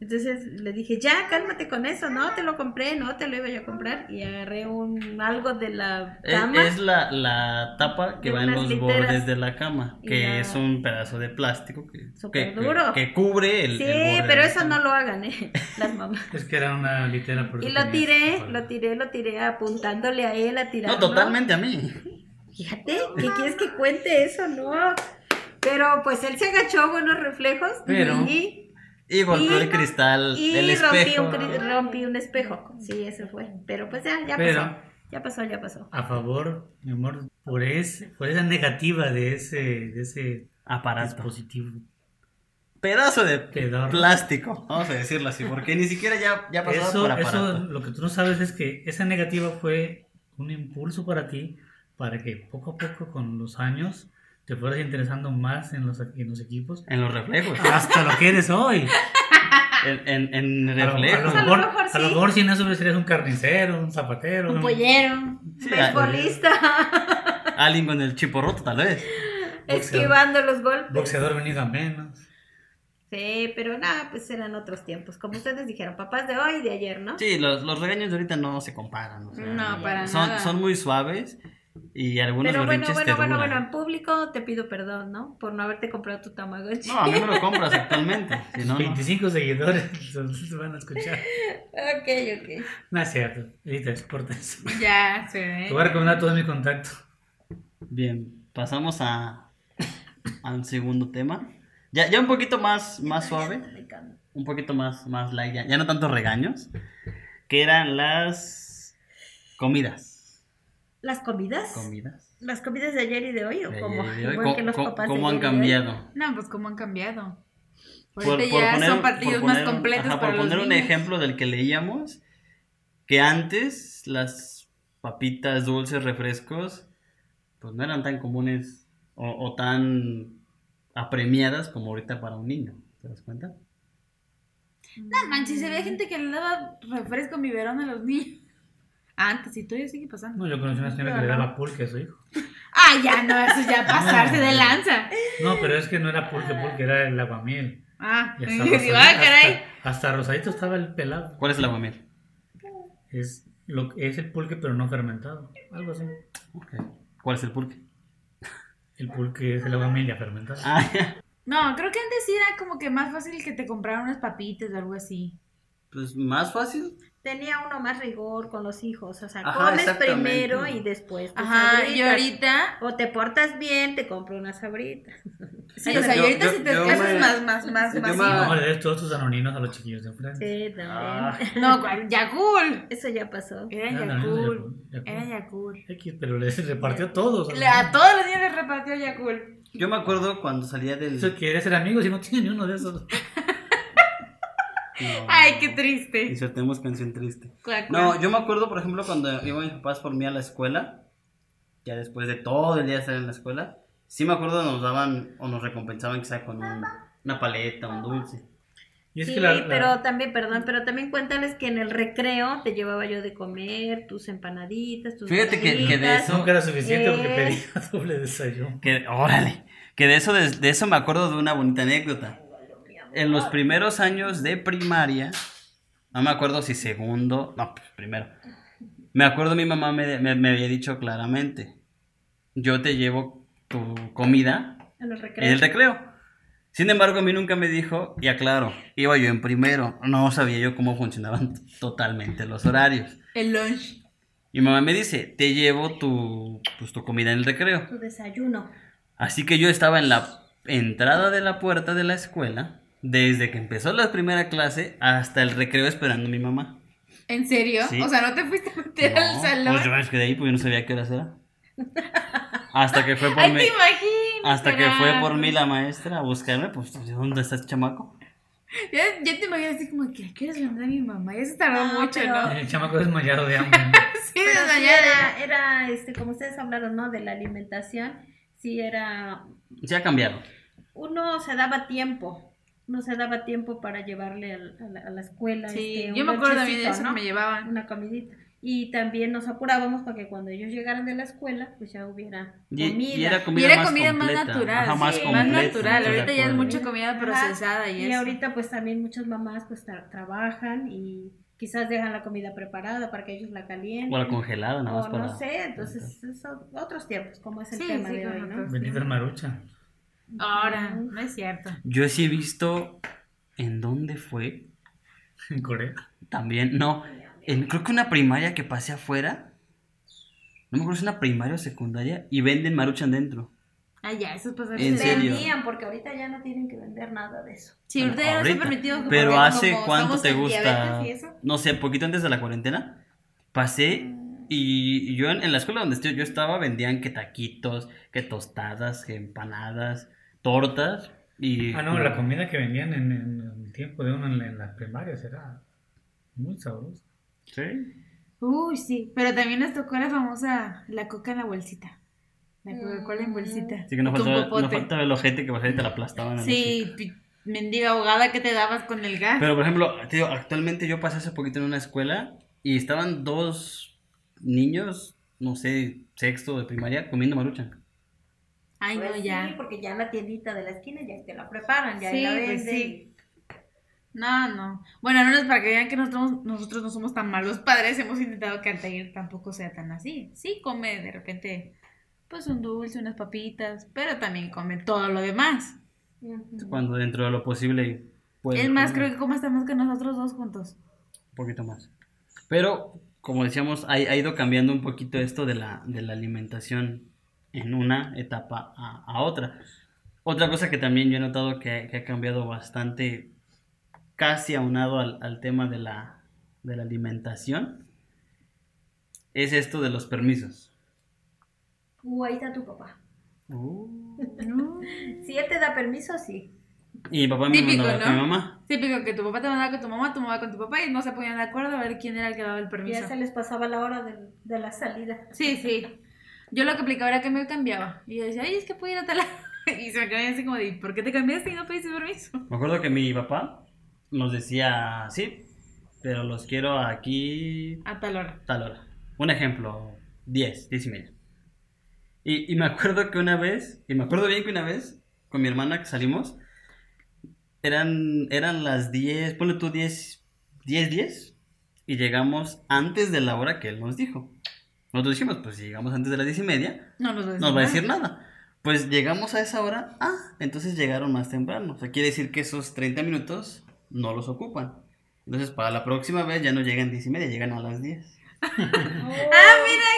S3: Entonces le dije, ya, cálmate con eso, no te lo compré, no te lo iba yo a comprar. Y agarré un algo de la
S2: Es,
S3: cama.
S2: E-, es la, la tapa que
S3: De
S2: va en
S3: unas
S2: los
S3: literas.
S2: bordes de la cama,
S3: Y
S2: que
S3: la-
S2: es un pedazo de plástico que, que,
S3: Súper
S2: que-
S3: duro.
S2: que cubre el...
S3: sí,
S2: el borde
S3: pero
S2: de la
S3: eso
S2: cama.
S3: no lo hagan, ¿eh? Las mamás.
S4: Es que era una litera. por
S3: Y
S4: eso
S3: lo
S4: tenía-
S3: tiré, lo tiré, lo tiré apuntándole a él, a tirarlo.
S2: No, totalmente a mí.
S3: Fíjate, ¿qué quieres que cuente eso? No. Pero pues él se agachó, buenos reflejos.
S2: Pero-
S3: y,
S2: Y golpeó
S3: Y-
S2: el cristal,
S3: y
S2: el
S3: rompí,
S2: espejo.
S3: un, cri- rompí un espejo. Sí, eso fue. Pero pues ya, ya
S4: Pero-
S3: pasó. Ya pasó, ya pasó.
S4: A favor, mi amor, por, ese, por esa negativa de ese, de ese
S2: Aparato.
S4: dispositivo.
S2: Pues, Pedazo de
S4: Pedorro.
S2: plástico, vamos a decirlo así, porque ni siquiera ya, ya pasaba
S4: Eso,
S2: por aparato.
S4: eso, lo que tú no sabes es que esa negativa fue un impulso para ti, para que poco a poco, con los años, te fueras interesando más en los, en los equipos.
S2: En los reflejos.
S4: Hasta lo que eres hoy.
S2: En, en, en
S4: A lo, a lo
S2: reflejos.
S5: A lo
S4: mejor,
S5: mejor
S4: a lo
S5: sí.
S4: mejor si en eso serías un carnicero, un
S2: Mm.
S4: zapatero.
S3: Un pollero,
S2: Sí,
S3: beisbolista,
S2: Alguien con el chiporroto, tal vez.
S3: esquivando los golpes.
S4: Boxeador venido a menos.
S3: Sí, pero nada, pues eran otros tiempos. Como ustedes dijeron, papás de hoy y de ayer, ¿no?
S2: Sí, los, los regaños de ahorita no se comparan. o sea,
S5: No, para
S2: son,
S5: nada.
S2: Son muy suaves y algunos
S3: Pero bueno,
S2: berrinches
S3: bueno,
S2: te
S3: bueno,
S2: duran.
S3: bueno, en público te pido perdón, ¿no? Por no haberte comprado tu Tamagotchi.
S2: No, a mí me lo compras actualmente. Si no, no.
S4: 25 seguidores los- los van a escuchar.
S3: Ok, ok.
S4: No es cierto. Edita, corta eso.
S5: Ya, se
S4: Te voy a
S5: ve.
S4: recomendar todo mi contacto.
S2: Bien, pasamos a, a un segundo tema. Ya, ya un poquito más, más suave, un poquito más, más light, ya, ya no tantos regaños, que eran las comidas.
S3: ¿Las comidas?
S2: Comidas.
S3: ¿Las comidas de ayer y de hoy? ¿O
S2: de
S3: cómo?
S2: ayer y de hoy.
S3: Igual que
S2: ¿Cómo-
S3: los
S2: cómo-
S3: papás de
S2: cómo han
S3: ayer y de hoy. Pues
S2: cambiado?
S5: No, pues cómo han cambiado.
S2: Por,
S5: Ahorita
S2: por
S5: ya
S2: poner,
S5: son
S2: por
S5: partidos
S2: poner
S5: más
S2: un-
S5: completos
S2: ajá,
S5: para
S2: por
S5: los
S2: poner un
S5: niños.
S2: ejemplo del que leíamos, que antes las papitas, dulces, refrescos, pues no eran tan comunes o, o tan apremiadas como ahorita para un niño. ¿Te das cuenta?
S5: No manches, había gente que le daba refresco biberón a los niños. Antes y todavía sigue pasando.
S4: No, yo conocí a una señora que le daba pulque a su hijo.
S5: Ah, ya no, eso es ya pasarse de lanza.
S4: No, pero es que no era pulque, pulque, era el aguamiel.
S5: Ah,
S4: Y
S5: yo
S4: hasta,
S5: digo, ah,
S4: rosadito-
S5: caray.
S4: hasta- hasta rosadito estaba el pelado.
S2: ¿Cuál es el aguamiel?
S4: Es, lo, es el pulque, pero no fermentado. Algo así.
S2: ¿Cuál es el pulque?
S4: El pulque es el aguamiel ya fermentado.
S2: Ah, ya.
S5: No, creo que antes sí era como que más fácil que te compraran unas papitas o algo así.
S2: Pues más fácil.
S3: Tenía uno más rigor con los hijos. O sea,
S2: Ajá,
S3: comes
S2: exactamente.
S3: primero y después tus
S5: Ajá, y
S3: sabritas.
S5: ahorita.
S3: O te portas bien, te compro unas sabritas.
S5: Sí, o sea, y
S2: Yo-
S5: ahorita
S2: yo-
S5: si te
S2: yo
S5: haces
S2: me-
S5: más, más, más,
S2: yo
S5: más.
S2: me-
S4: Vamos a leer todos tus anoninos a los chiquillos de enfrente.
S3: Sí, también.
S2: Ah.
S5: No, ¿cuál? Yakul.
S3: Eso ya pasó.
S5: Era
S4: Eran anoninos
S5: Yakul.
S4: de Yakult.
S5: Era Yakul.
S4: X, pero les repartió a todos.
S5: Le- A todos los niños les repartió Yakul.
S2: Yo me acuerdo cuando salía del.
S4: Eso quiere ser amigos y no tiene ni uno de esos.
S2: No.
S5: Ay, qué triste.
S2: Insertemos canción triste.
S5: ¿Cuál, cuál?
S2: No, yo me acuerdo, por ejemplo, cuando iban mis papás por mí a la escuela, ya después de todo el día de estar en la escuela, sí me acuerdo nos daban o nos recompensaban quizá con un- una paleta, un dulce.
S4: Y es
S3: sí,
S4: que la, la-
S3: pero también, perdón, pero también cuéntales que en el recreo te llevaba yo de comer tus empanaditas, tus
S2: Fíjate que- que de
S3: gorditas.
S2: eso-
S4: nunca era suficiente porque
S3: Eh.
S4: pedía doble desayuno.
S2: Que, órale, que de eso, de, de eso me acuerdo de una bonita anécdota. En los primeros años de primaria, no me acuerdo si segundo, no, pues, primero. Me acuerdo mi mamá me, me- me había dicho claramente, yo te llevo tu comida
S3: En el
S2: en
S3: recreo.
S2: el recreo. Sin embargo, a mí nunca me dijo, y aclaro, iba yo en primero, no sabía yo cómo funcionaban totalmente los horarios.
S5: El lunch.
S2: Mi mamá me dice, te llevo tu, pues, tu comida en el recreo.
S3: Tu desayuno.
S2: Así que yo estaba en la entrada de la puerta de la escuela desde que empezó la primera clase hasta el recreo esperando a mi mamá.
S5: ¿En serio?
S2: Sí.
S5: O sea, ¿no te fuiste a meter al
S2: No,
S5: salón?
S2: Pues yo me quedé ahí porque yo no sabía qué hora era. Hasta que fue por
S5: Ay,
S2: mí.
S5: te imagino.
S2: Hasta que fue
S5: Gerardo.
S2: por mí la maestra a buscarme, pues ¿dónde está este chamaco?
S5: Ya, ya te imaginas así como que quieres mandar a mi mamá. Ya se tardó
S3: No,
S5: mucho,
S3: pero-
S2: Ah.
S5: ¿no?
S4: El chamaco desmayado de hambre.
S5: Sí,
S3: Pero sí
S5: desmayada.
S3: era, era, este, como ustedes hablaron, ¿no? De la alimentación. Sí, era.
S2: Se ha cambiado.
S3: Uno se daba tiempo. Uno se daba tiempo para llevarle al- a la, a la escuela.
S5: Sí,
S3: este, un
S5: yo me acuerdo también de
S3: lonchecito,
S5: eso
S3: ¿no?
S5: que me llevaban.
S3: Una comidita. Y también nos apurábamos para que cuando ellos llegaran de la escuela, pues ya hubiera
S2: Y, y
S3: comida.
S2: era comida,
S5: y era
S2: más,
S5: comida
S2: completa,
S5: más natural.
S2: ajá,
S5: sí,
S2: más,
S5: más,
S2: completa,
S5: natural.
S2: estoy de
S5: Ahorita ya es
S2: acuerdo.
S5: mucha comida
S3: Ajá,
S5: procesada y,
S3: Y
S5: eso.
S3: ahorita pues también muchas mamás pues tra- trabajan y quizás dejan la comida preparada para que ellos la calienten.
S2: O al congelado, nada más
S3: o
S2: para.
S3: no sé, entonces son otros tiempos, como es el
S5: Sí,
S3: tema
S5: sí,
S3: de
S5: con
S3: hoy, ¿no?
S5: otros.
S4: Bendita marucha.
S5: Ahora, no es cierto.
S2: Yo sí he visto en dónde fue
S4: En Corea.
S2: También, no. en- creo que una primaria que pasé afuera. No me acuerdo si es una primaria o secundaria. Y venden maruchan dentro.
S5: Ay, Ah, ya, eso es pasarse
S2: En
S5: de-
S2: serio.
S3: Vendían, porque ahorita ya no tienen que vender nada de eso.
S5: Sí,
S2: Bueno,
S5: ahorita ya no está
S2: ahorita.
S5: permitido.
S2: Pero
S5: porque
S2: hace
S5: como
S2: cuánto
S5: somos
S2: te gusta.
S5: diabéticos y eso.
S2: No sé, poquito antes de la cuarentena. Pasé y yo en, en la escuela donde estoy- yo estaba vendían que taquitos, que tostadas, que empanadas, tortas. Y
S4: Ah, no, la comida que vendían en, en el tiempo de uno en, la- en las primarias era muy sabrosa.
S2: Sí.
S5: Uy, sí. Pero también nos tocó la famosa la coca en la bolsita. La Coca-Cola en bolsita.
S2: Así que no
S5: Y con
S2: faltaba, no
S5: popote.
S2: faltaba el ojete que bajaba y te la aplastaban. a la chica.
S5: Sí, pi- mendiga ahogada que te dabas con el gas.
S2: Pero por ejemplo, te digo, actualmente yo pasé hace poquito en una escuela y estaban dos niños, no sé, sexto de primaria, comiendo maruchan.
S5: Ay, no,
S3: Pues
S5: ya.
S3: sí, porque ya en la tiendita de la esquina ya te la preparan, ya ahí
S5: Sí,
S3: la
S5: pues
S3: venden.
S5: sí. No, no. Bueno, no es para que vean que nosotros, nosotros no somos tan malos padres. Hemos intentado que Altair tampoco sea tan así. Sí come de repente, pues un dulce, unas papitas, pero también come todo lo demás.
S3: Ujú.
S2: Cuando dentro de lo posible pues, puede.
S5: es más, creo que come hasta más que nosotros dos juntos.
S2: Un poquito más. Pero, como decíamos, ha, ha ido cambiando un poquito esto de la, de la alimentación en una etapa a, a otra. Otra cosa que también yo he notado que, que ha cambiado bastante, casi aunado al, al tema de la, de la alimentación, es esto de los permisos.
S3: Uh, ahí está tu papá.
S2: Uh.
S3: Si él te da permiso, sí.
S2: Y mi papá me
S5: Típico,
S2: mandaba
S5: ¿no?
S2: mi mamá.
S5: Típico que tu papá te mandaba con tu mamá, tu mamá con tu papá y no se ponían de acuerdo a ver quién era el que daba el permiso.
S3: Ya se les pasaba la hora de, de la salida.
S5: Sí, sí. Yo lo que aplicaba era que me cambiaba. Y yo decía, ay, es que puedo ir a tal lado". Y se me quedaba así como de, ¿por qué te cambiaste y no pediste permiso?
S2: Me acuerdo que mi papá nos decía, sí, pero los quiero aquí
S5: A tal hora.
S2: tal hora. Un ejemplo, 10, 10 y media. Y, y me acuerdo que una vez, y me acuerdo bien que una vez, con mi hermana que salimos, eran, eran las 10, ponle tú 10, 10, 10, y llegamos antes de la hora que él nos dijo. Nosotros dijimos, pues si llegamos antes de las 10 y media,
S5: No nos va a
S2: nos va
S5: decir.
S2: a
S5: Pues nada.
S2: decir nada. Pues llegamos a esa hora, ah, entonces llegaron más temprano. O sea, quiere decir que esos 30 minutos no los ocupan. Entonces, para la próxima vez ya no llegan 10 y media, llegan a las 10.
S5: Ah, mira,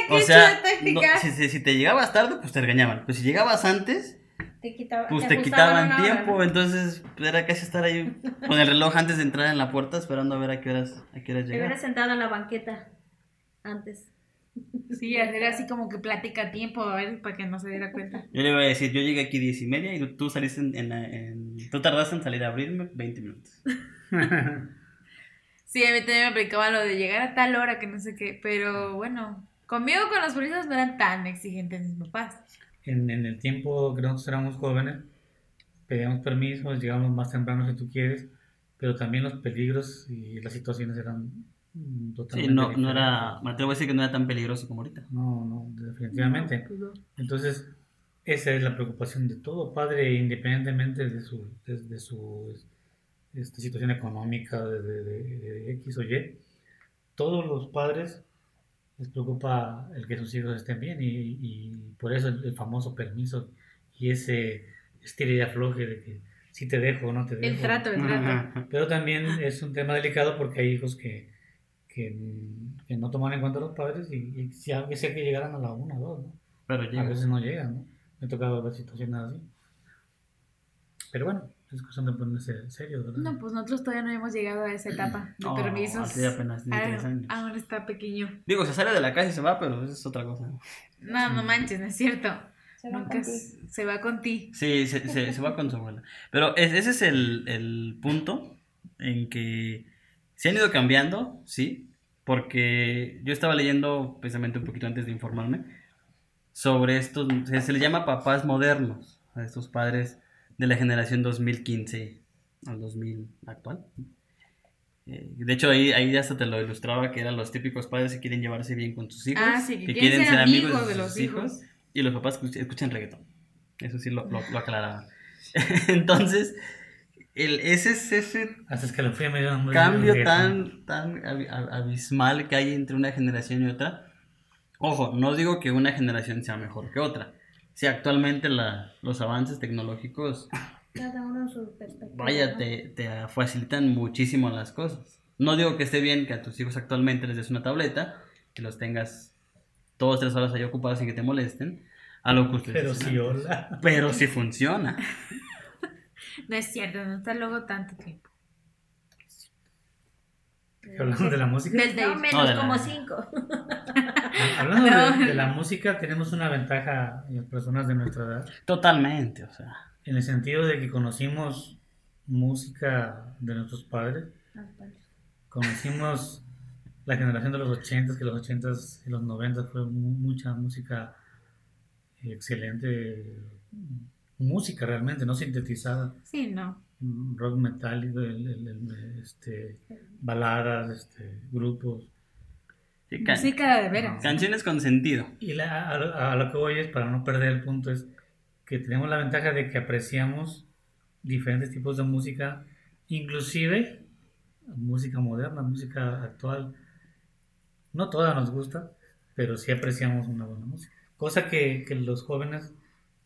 S5: qué
S2: O sea,
S5: chula táctica.
S2: no, si, si- si te llegabas tarde, pues te regañaban. Pues si llegabas antes,
S3: Te quitaba-
S2: pues
S3: te
S2: te
S3: ajustaban
S2: quitaban
S3: una hora,
S2: tiempo. Entonces, pues, era casi estar ahí con el reloj antes de entrar en la puerta esperando a ver a qué horas, a qué horas
S3: Te hubieras
S2: llegas.
S3: sentado en la banqueta antes.
S5: Sí, hacer así como que platica a tiempo, a ver, para que no se diera cuenta.
S2: Yo le iba a decir, yo llegué aquí 10 y media y tú- tú saliste en, en la- en- Tú tardaste en salir a abrirme 20 minutos.
S5: Sí, a mí también me aplicaba lo de llegar a tal hora, que no sé qué. Pero bueno, conmigo con los permisos no eran tan exigentes mis papás.
S4: En, en el tiempo que nosotros éramos jóvenes, pedíamos permisos, llegábamos más temprano si tú quieres, pero también los peligros y las situaciones eran mm,
S2: Sí,
S4: totalmente
S2: no, no
S4: diferentes.
S2: era... Me atrevo a decir que no era tan peligroso como ahorita.
S4: No, no, definitivamente.
S5: pues
S4: Entonces, esa es la preocupación de todo padre, independientemente de su, de, de su este, situación económica, de, de- de- de X o Y. Todos los padres les preocupa el que sus hijos estén bien y, y por eso el, el famoso permiso y ese estilo y afloje de que si te dejo o no te dejo.
S5: El trato, el trato.
S2: Ajá.
S4: Pero también es un tema delicado porque hay hijos que, que, que no toman en cuenta a los padres y, y si aunque sea que llegaran a la una o dos, ¿no?
S2: Pero
S4: A
S2: llegas.
S4: veces no llegan, ¿no? Me ha tocado ver situaciones así. Pero bueno, es cuestión de ponerse serio, ¿verdad?
S5: No, pues nosotros todavía no hemos llegado a esa etapa de
S2: No,
S5: permisos.
S2: así Oh, apenas tiene
S5: Ah,
S2: tres años.
S5: Aún está pequeño.
S2: Digo, se sale de la casa y se va, pero eso es otra cosa.
S5: No, no manches, no es cierto.
S3: Se van
S5: Nunca
S3: contigo.
S5: s- se va con ti.
S2: Sí, se, se- se va con su abuela. Pero es- ese es el, el punto en que se han ido cambiando, sí, porque yo estaba leyendo precisamente un poquito antes de informarme sobre estos, se, se le llama papás modernos a estos padres de la generación 2015 al 2000 actual. Eh, de hecho, ahí, ahí hasta te lo ilustraba que eran los típicos padres que quieren llevarse bien con sus hijos,
S5: Ah, sí, que quieren ser amigos de los hijos.
S2: y los papás escuch- escuchan reggaetón. Eso sí lo, lo, lo aclaraba. Entonces, el, ese es ese
S4: Hasta es que lo fui a medio hombre.
S2: cambio tan, tan abi- a- abismal que hay entre una generación y otra. Ojo, no digo que una generación sea mejor que otra. Si actualmente la- los avances tecnológicos,
S3: Cada uno en su perspectiva.
S2: vaya,
S3: ¿no?
S2: te, te facilitan muchísimo las cosas. No digo que esté bien que a tus hijos actualmente les des una tableta, que los tengas todas tres horas ahí ocupados sin que te molesten, a lo que ustedes
S4: Pero
S2: hacen
S4: sí, hola.
S2: antes. Pero sí funciona.
S5: No es cierto, no está luego tanto tiempo.
S4: Hablando de la música. Ah,
S5: Desde
S3: No, menos
S2: Adelante.
S3: como cinco.
S4: Hablando
S5: No.
S4: de, de la música, tenemos una ventaja en las personas de nuestra edad.
S2: Totalmente, o sea.
S4: En el sentido de que conocimos música de nuestros padres. conocimos la generación de los 80s, que los 80s y los 90s fue mu- mucha música eh, excelente música realmente, no sintetizada.
S5: Sí, no.
S4: Rock metálico, el- el- el- este, baladas, este, grupos.
S2: Sí, can-
S5: Música de veras.
S2: Canciones con sentido.
S4: Y la- a, lo- a lo que voy es, para no perder el punto, es que tenemos la ventaja de que apreciamos diferentes tipos de música, inclusive música moderna, música actual. No toda nos gusta, pero sí apreciamos una buena música. Cosa que, que los jóvenes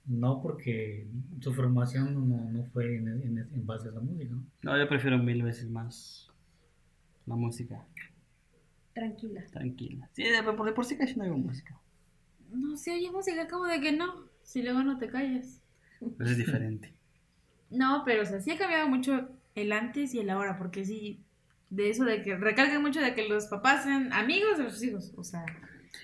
S4: no, porque su formación no, no fue en, en- en base a esa música. ¿no?
S2: No, yo prefiero mil veces más la música
S3: Tranquila.
S2: tranquila. Sí, de por, de por sí casi no oigo música.
S5: No, si oye música como de que no, si luego no te callas.
S2: Pero es diferente.
S5: No, pero o sea, sí ha cambiado mucho el antes y el ahora, porque sí, de eso de que recalca mucho de que los papás sean amigos de sus hijos, o sea,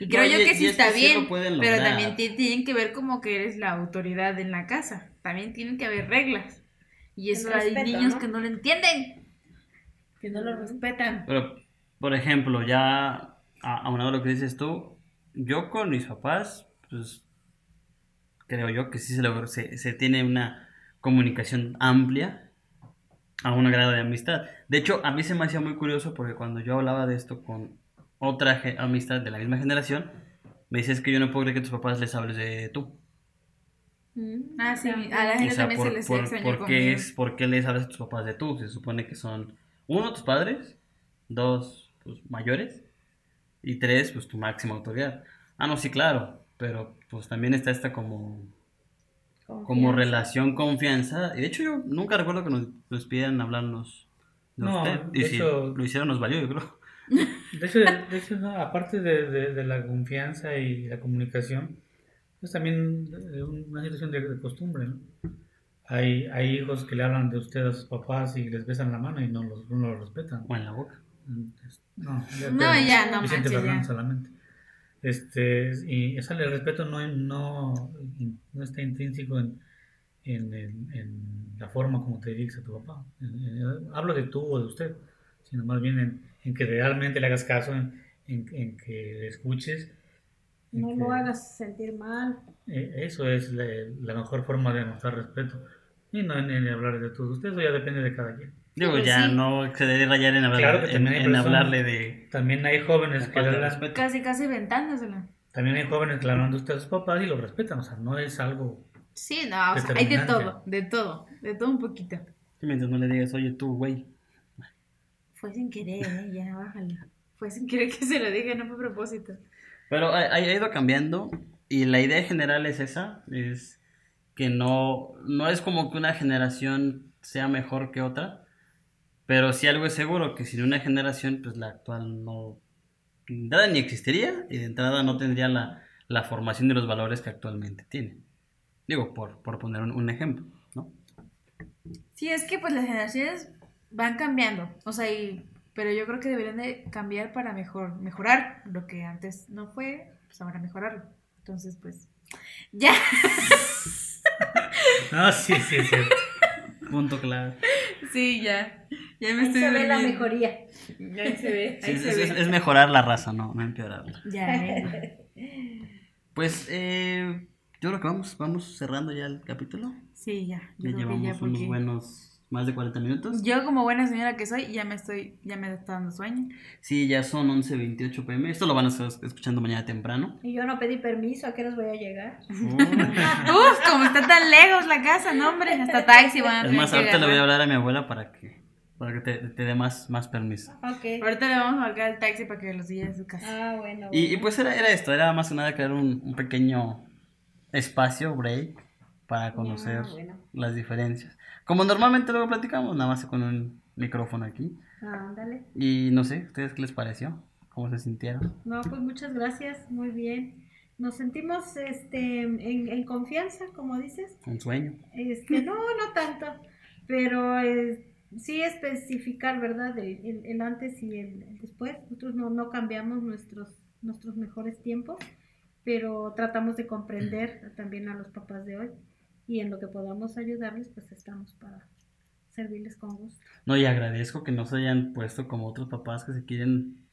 S5: y creo
S2: No,
S5: yo
S2: y-
S5: que
S2: y
S5: sí
S2: es que
S5: está
S2: sí
S5: bien,
S2: lo pueden
S5: pero
S2: lograr.
S5: también ti- tienen que ver como que eres la autoridad en la casa, también tienen que haber reglas, y
S3: El
S5: eso hay
S3: respeto,
S5: niños
S3: ¿no?
S5: que no lo entienden, que no lo respetan.
S2: Pero, por ejemplo, ya a- aunado a lo que dices tú, yo con mis papás, pues creo yo que sí se, logró- se, se tiene una comunicación amplia a un grado de amistad. De hecho, a mí se me hacía muy curioso porque cuando yo hablaba de esto con otra ge- amistad de la misma generación, me decías que yo no puedo creer que tus papás les hables de tú.
S5: Ah, sí, a la
S2: O
S5: gente
S2: sea,
S5: también se
S2: por,
S5: les
S2: por-
S5: extraña
S2: por
S5: conmigo.
S2: qué es, ¿por qué les hablas a tus papás de tú? Se supone que son, uno, tus padres, dos, pues, mayores, y tres, pues, tu máxima autoridad. Ah, no, sí, claro, pero, pues, también está esta como, como relación, confianza, y de hecho yo nunca recuerdo que nos, nos pidieran hablarnos de
S4: No,
S2: usted, y
S4: de
S2: si
S4: hecho-
S2: lo hicieron nos valió, yo creo.
S4: De hecho, de hecho, no, aparte de, de- de la confianza y la comunicación, es también eh, una situación de, de costumbre. ¿no? Hay, hay hijos que le hablan de usted a sus papás y les besan la mano y no los, no los respetan.
S2: O en la boca.
S4: No, ya,
S5: No,
S4: pero
S5: ya, no
S4: Vicente
S5: manches,
S4: Fernández
S5: ya.
S4: solamente. Este, y esa, el respeto no, no, no está intrínseco en, en, en- en la forma como te diriges a tu papá. En- en- hablo de tú o de usted, sino más bien en, en que realmente le hagas caso, en, en- en que le escuches. en
S3: No
S4: que-
S3: lo hagas sentir mal.
S4: eh, eso es la, la mejor forma de mostrar respeto. Y no en, en hablar de tú o de usted, eso ya depende de cada quien.
S2: Digo,
S5: pues
S2: ya
S5: sí.
S2: no excederé rayar en, hablar-
S4: Claro que
S2: en,
S4: también hay
S2: en
S4: personas-
S2: hablarle de...
S4: También hay jóvenes que le
S2: falta de
S4: hablan-
S2: respeto.
S5: Casi, casi ventándosela.
S4: También hay jóvenes que le hablan de usted a sus papás y lo respetan, o sea, no es algo.
S5: Sí, no, o sea, hay de
S4: Determinante.
S5: todo, de todo, de todo un poquito.
S2: Sí, mientras no le digas, oye, tú, güey.
S5: Fue sin querer, ¿eh? ya, bájale. Fue sin querer que se lo dije, no fue a propósito.
S2: Pero ha, ha ido cambiando y la idea general es esa, es que no, no es como que una generación sea mejor que otra, pero sí algo es seguro, que sin una generación, pues la actual no, de entrada ni existiría y de entrada no tendría la, la formación de los valores que actualmente tiene. Digo, por, por poner un, un ejemplo, ¿no?
S5: Sí, es que pues las generaciones van cambiando, o sea, y, pero yo creo que deberían de cambiar para mejor, mejorar lo que antes no fue, pues ahora mejorarlo. Entonces, pues, ya,
S4: No, Ah, sí, sí, es cierto.
S2: Punto claro.
S5: sí, ya, ya me
S3: Ahí
S5: estoy
S3: se ve la
S5: durmiendo.
S3: mejoría.
S5: Ahí se ve,
S2: Sí,
S5: ahí
S2: es,
S5: se
S2: es-
S5: ve.
S2: es- es mejorar la raza, no, no empeorarla.
S5: Ya, eh.
S2: Pues eh, yo creo que vamos, vamos cerrando ya el capítulo.
S5: sí, ya. yo
S2: Ya
S5: creo que
S2: llevamos unos
S5: porque-
S2: buenos más de 40 minutos.
S5: Yo como buena señora que soy, ya me estoy, ya me está dando sueño.
S2: Sí, ya son 11.28 pm. Esto lo van a estar escuchando mañana temprano.
S3: Y yo no pedí permiso, ¿a qué les voy a llegar?
S5: Uf, como está tan lejos la casa, no hombre, hasta taxi van a
S2: es
S5: tener
S2: más,
S5: que
S2: ahorita le voy a hablar
S5: agarrar.
S2: a mi abuela para que, para que te, te dé más, más permiso.
S3: Ok.
S5: Ahorita le vamos a marcar el taxi para que los lleve a su casa.
S3: Ah, bueno.
S2: Pues, Y, y
S3: bueno.
S2: pues era, era esto, era más que nada crear un, un pequeño espacio, break, para conocer
S3: Ah, bueno.
S2: las diferencias. Como normalmente luego platicamos, nada más con un micrófono aquí.
S3: Ah, Ándale.
S2: Y no sé, ¿ustedes qué les pareció? ¿Cómo se sintieron?
S3: No, pues muchas gracias, muy bien. Nos sentimos este, en, en confianza, como dices.
S2: Un sueño.
S3: Este, no, no tanto, pero eh, sí especificar, ¿verdad? El, el- el antes y el, el después. Nosotros no, no cambiamos nuestros, nuestros mejores tiempos, pero tratamos de comprender también a los papás de hoy y en lo que podamos ayudarles, pues estamos para servirles con gusto.
S2: No, y agradezco que no se hayan puesto como otros papás que se quieren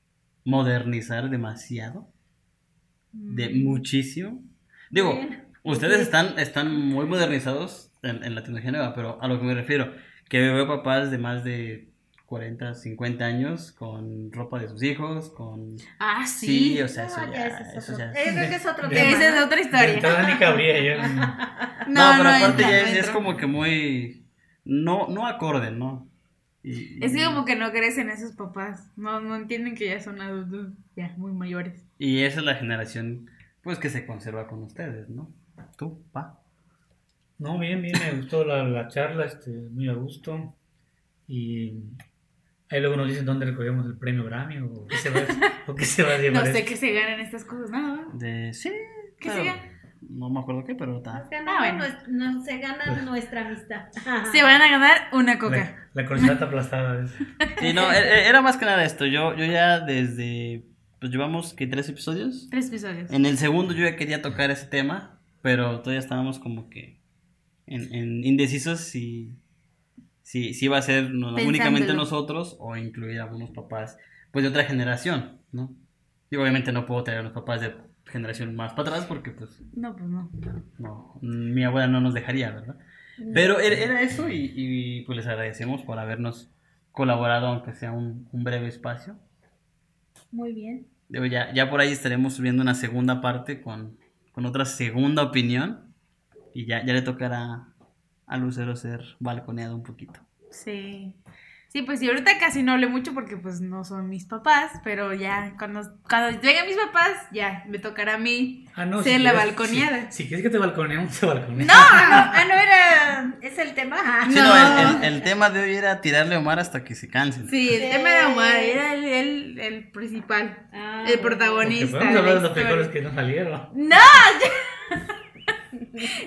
S2: modernizar demasiado, de muchísimo. Digo,
S3: Bien.
S2: Ustedes están, están muy modernizados en, en la tecnología nueva, pero a lo que me refiero, que veo papás de más de 40, 50 años con ropa de sus hijos, con...
S5: Ah,
S2: Sí,
S5: sí.
S2: o sea, eso
S3: No,
S2: ya,
S3: ya ese es
S2: eso
S3: otro-
S2: ya
S3: Yo creo que es otro
S4: De-
S3: tema.
S5: Esa es
S3: ¿no?
S5: otra
S4: De
S5: historia.
S4: entrada ni cabría yo. no.
S2: No, pero aparte
S5: entra,
S2: ya
S5: no
S2: es, es
S5: entra.
S2: como que muy... No, no acorde, ¿no? Y,
S5: Es que
S2: y-
S5: como que no crecen esos papás. No, no entienden que ya son adultos, ya muy mayores.
S2: y esa es la generación, pues, que se conserva con ustedes, ¿no? Tú, pa.
S4: No, bien, bien, me gustó la, la charla, este, muy a gusto. Y ahí luego nos dicen dónde recogemos el premio Grammy o qué se va, o qué se va a
S5: No
S4: llevar.
S5: sé
S4: esto.
S5: qué se ganan estas cosas, nada. ¿va?
S2: De... Sí.
S5: ¿Qué
S2: claro.
S5: sigue?
S2: No me acuerdo qué, pero está.
S3: Nos ganamos
S5: Ah, bueno.
S3: nues- nos- se gana nuestra amistad.
S5: Se van a ganar una coca.
S4: La, la corcholata aplastada. es.
S2: Sí, no, e- e- era más que nada esto. Yo, yo ya desde... Pues llevamos, que Tres episodios.
S5: Tres episodios.
S2: En el segundo yo ya quería tocar ese tema, pero todavía estábamos como que en, en indecisos si, si, si iba a ser no-
S5: Pensándolo.
S2: únicamente nosotros o incluir a algunos papás pues de otra generación, ¿no? Y obviamente no puedo traer a los papás de generación más para atrás porque pues
S5: No, pues no.
S2: no, mi abuela no nos dejaría, ¿verdad?
S3: Mm,
S2: Pero era, era eso y, y, pues les agradecemos por habernos colaborado aunque sea un, un breve espacio.
S3: Muy bien.
S2: Digo, ya, ya por ahí estaremos subiendo una segunda parte con, con otra segunda opinión. Y ya, ya le tocará a Lucero ser balconeado un poquito.
S5: Sí. Sí, pues y ahorita casi no hablé mucho porque pues no son mis papás, pero ya cuando, cuando lleguen mis papás, ya me tocará a mí.
S4: Ah, no.
S5: Sí,
S4: quieres-
S5: la balconeada.
S4: Si, si quieres que te balconeemos, te balconeamos.
S5: No, no.
S3: Ah, no era. Es el tema.
S2: Sí, no, el, el- el tema de hoy era tirarle a Omar hasta que se cansen.
S5: Sí, el tema de Omar era el, el, el principal,
S3: Ah,
S5: el
S4: Porque
S5: protagonista.
S4: podemos
S5: de
S4: hablar de
S5: la
S4: los
S5: historia.
S4: peores que no salieron.
S5: ¡No!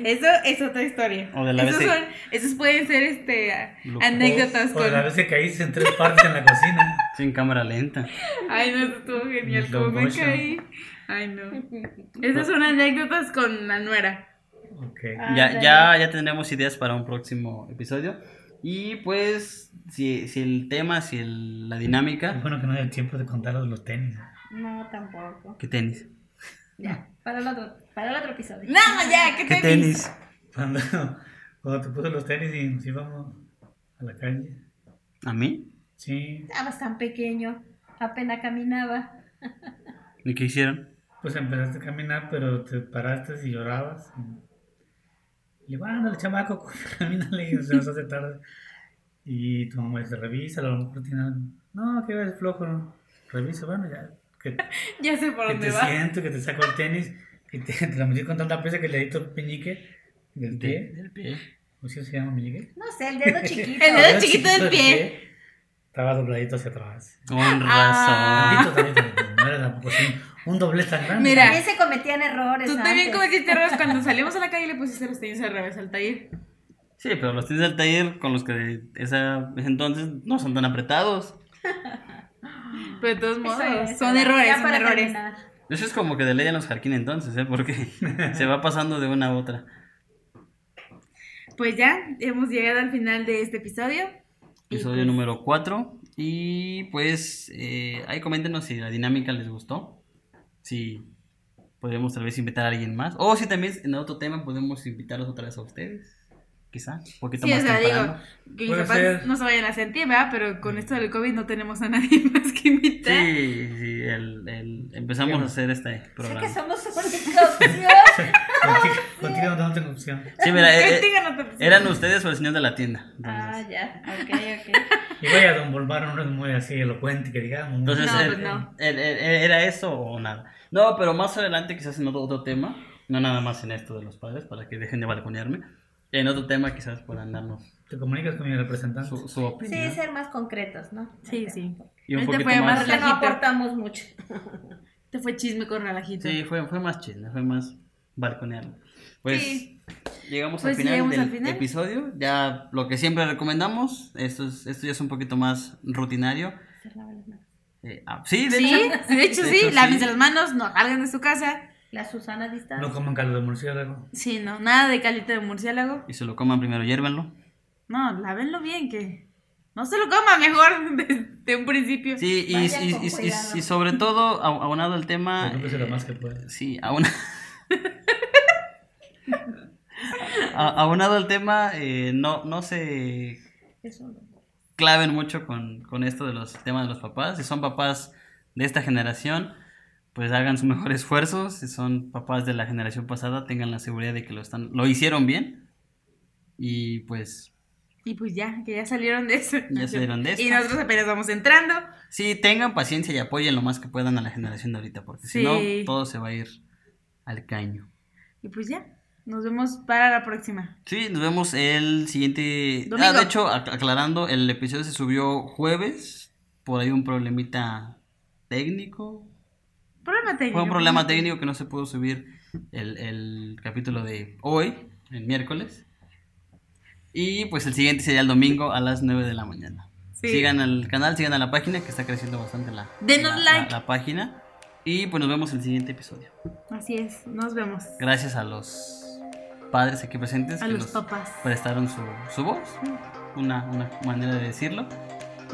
S5: Eso es otra historia.
S2: O de la
S5: Esos,
S2: vez-
S5: son- esos pueden ser este a-
S2: Lujo.
S5: anécdotas
S4: O, o
S5: con.
S4: la vez que caíste en tres partes en la cocina.
S2: Sin cámara lenta.
S5: Ay, no, eso estuvo genial.
S4: Slow
S5: Como me
S4: motion.
S5: caí. Ay, no. Esas son anécdotas con la nuera.
S4: Ok.
S5: Ah.
S2: Ya, ya, ya tendremos ideas para un próximo episodio. Y pues, si, si el tema, si el- la dinámica.
S4: Bueno, que no hay tiempo de contar los, los tenis.
S3: No, tampoco.
S2: ¿Qué tenis?
S3: Ya, para el otro, para el otro episodio.
S5: No, ya, ¿qué te
S4: Cuando, cuando te puse los tenis y nos íbamos a la calle.
S2: ¿A mí?
S4: Sí,
S3: Estabas tan pequeño, apenas caminaba.
S2: ¿Y qué hicieron?
S4: pues empezaste a caminar, pero te paraste y llorabas. Y le digo, ándale, chamaco, camínale, y se nos hace tarde. Y tu mamá dice, revisa, a lo mejor tiene algo. No, que ves flojo, no. Revisa, bueno, ya, que, que
S5: Ya sé por dónde
S4: te
S5: va.
S4: siento, que te saco el tenis, que te, te la metí con tanta prisa que le di todo el peñique del pie.
S2: Del pie.
S4: ¿O si se llama meñique?
S3: No sé, el dedo chiquito.
S5: El dedo chiquito del pie.
S4: Estaba dobladito hacia atrás.
S2: Con razón.
S5: Ah.
S4: Tantito, tantito, tantito. No era tampoco así un doblez tan grande.
S5: Mira.
S3: También se cometían errores.
S5: Tú también
S3: antes.
S5: cometiste errores cuando salimos a la calle y le pusiste los tenis al revés al taller.
S2: Sí, pero los tenis del taller con los que de esa, ese entonces no son tan apretados.
S5: Pero de todos modos,
S3: Eso es,
S5: son
S3: ya
S5: errores, son
S3: para
S5: errores.
S3: terminar.
S2: Eso es como que de ley en los jarquín entonces, ¿eh? Porque se va pasando de una a otra.
S5: Pues ya, hemos llegado al final de este episodio. Y
S2: Episodio
S5: pues,
S2: número 4. Y pues eh, ahí coméntenos si la dinámica les gustó. Si podríamos tal vez invitar a alguien más. O si también en otro tema podemos invitarlos otra vez a ustedes. Quizá. Un poquito
S5: Sí, o
S2: más
S5: sea,
S2: temprano.
S5: digo, que mis
S4: Puede
S5: papás
S4: ser.
S5: no se vayan a sentir, ¿verdad? Pero con esto del COVID no tenemos a nadie más que invitar.
S2: Sí, sí, el- el- empezamos a hacer este
S3: Sé
S2: programa.
S3: que somos una opción.
S4: Contigo, contigo no tengo opción.
S2: Sí, mira, eh, eh,
S5: Contigo no te preocupes.
S2: eran ustedes o el señor de la tienda.
S3: Ah,
S2: Entonces,
S3: ya. Ok, ok.
S4: Y vaya, Don Bolvar no es muy así elocuente, que digamos.
S2: Entonces,
S5: No,
S2: eh,
S5: pues no.
S2: eh, eh, ¿era eso o nada? No, pero más adelante quizás en otro, otro tema, no nada más en esto de los padres, para que dejen de balconearme, en otro tema quizás puedan darnos
S4: Te comunicas con mi representante.
S2: su, su opinión.
S3: Sí, ser más concretos, ¿no?
S5: Sí, sí.
S2: y un
S5: Este
S2: poquito
S5: fue más
S2: más...
S3: Porque no
S5: Relajito.
S3: aportamos mucho.
S5: Te fue chisme con relajito.
S2: Sí, fue, fue más chisme, fue más balconearme. Pues
S5: Sí.
S2: llegamos al
S5: Pues
S2: final
S5: llegamos
S2: del
S5: al final.
S2: episodio, ya lo que siempre recomendamos, esto, es, esto ya es un poquito más rutinario.
S3: Se lavan las manos.
S2: Eh, ah, sí, de hecho.
S5: Sí, de hecho
S2: De
S5: sí,
S2: hecho,
S5: lávense
S2: sí.
S5: las manos, no salgan de su casa.
S3: La Susana
S4: No
S3: distancia.
S4: coman caldo de murciélago.
S5: Sí, no, nada de calito de murciélago.
S2: Y se lo coman primero, hiérvanlo.
S5: No, lávenlo bien, que no se lo coma mejor de, de un principio.
S2: Sí, y,
S3: Vayan
S2: y-
S3: con
S2: y- y-
S3: cuidado.
S2: y sobre todo, au- aunado al tema...
S4: Yo creo que es lo
S2: eh,
S4: más que puedes.
S2: Sí, aún. a- aunado al tema, eh, no, no se claven mucho con, con esto de los temas de los papás. Si son papás de esta generación, pues hagan su mejor esfuerzo. Si son papás de la generación pasada, tengan la seguridad de que lo están, lo hicieron bien. Y pues
S5: Y pues ya, que ya salieron de eso.
S2: Ya salieron de
S5: Y
S2: esta.
S5: nosotros apenas vamos entrando.
S2: sí, tengan paciencia y apoyen lo más que puedan a la generación de ahorita, porque si no,
S5: Sí.
S2: todo se va a ir al caño.
S5: Y pues ya, nos vemos para la próxima.
S2: Sí, nos vemos el siguiente. Ah,
S5: Domingo.
S2: de hecho, ac- aclarando, el episodio se subió jueves. Por ahí un problemita técnico.
S5: Problema técnico.
S2: Fue un problema técnico que no se pudo subir el, el capítulo de hoy, el miércoles. Y pues el siguiente sería el domingo a las 9 de la mañana.
S5: Sí.
S2: Sigan al canal, sigan a la página, que está creciendo bastante la,
S5: Denos
S2: la- la-
S5: like.
S2: la página. Y pues nos vemos en el siguiente episodio.
S5: Así es, nos vemos.
S2: Gracias a los padres aquí presentes.
S5: A
S2: que
S5: los
S2: nos-
S5: papás.
S2: prestaron su, su voz, una, una manera de decirlo.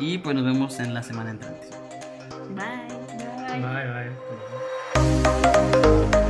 S2: Y pues nos vemos en la semana entrante.
S5: Bye.
S4: Bye, bye.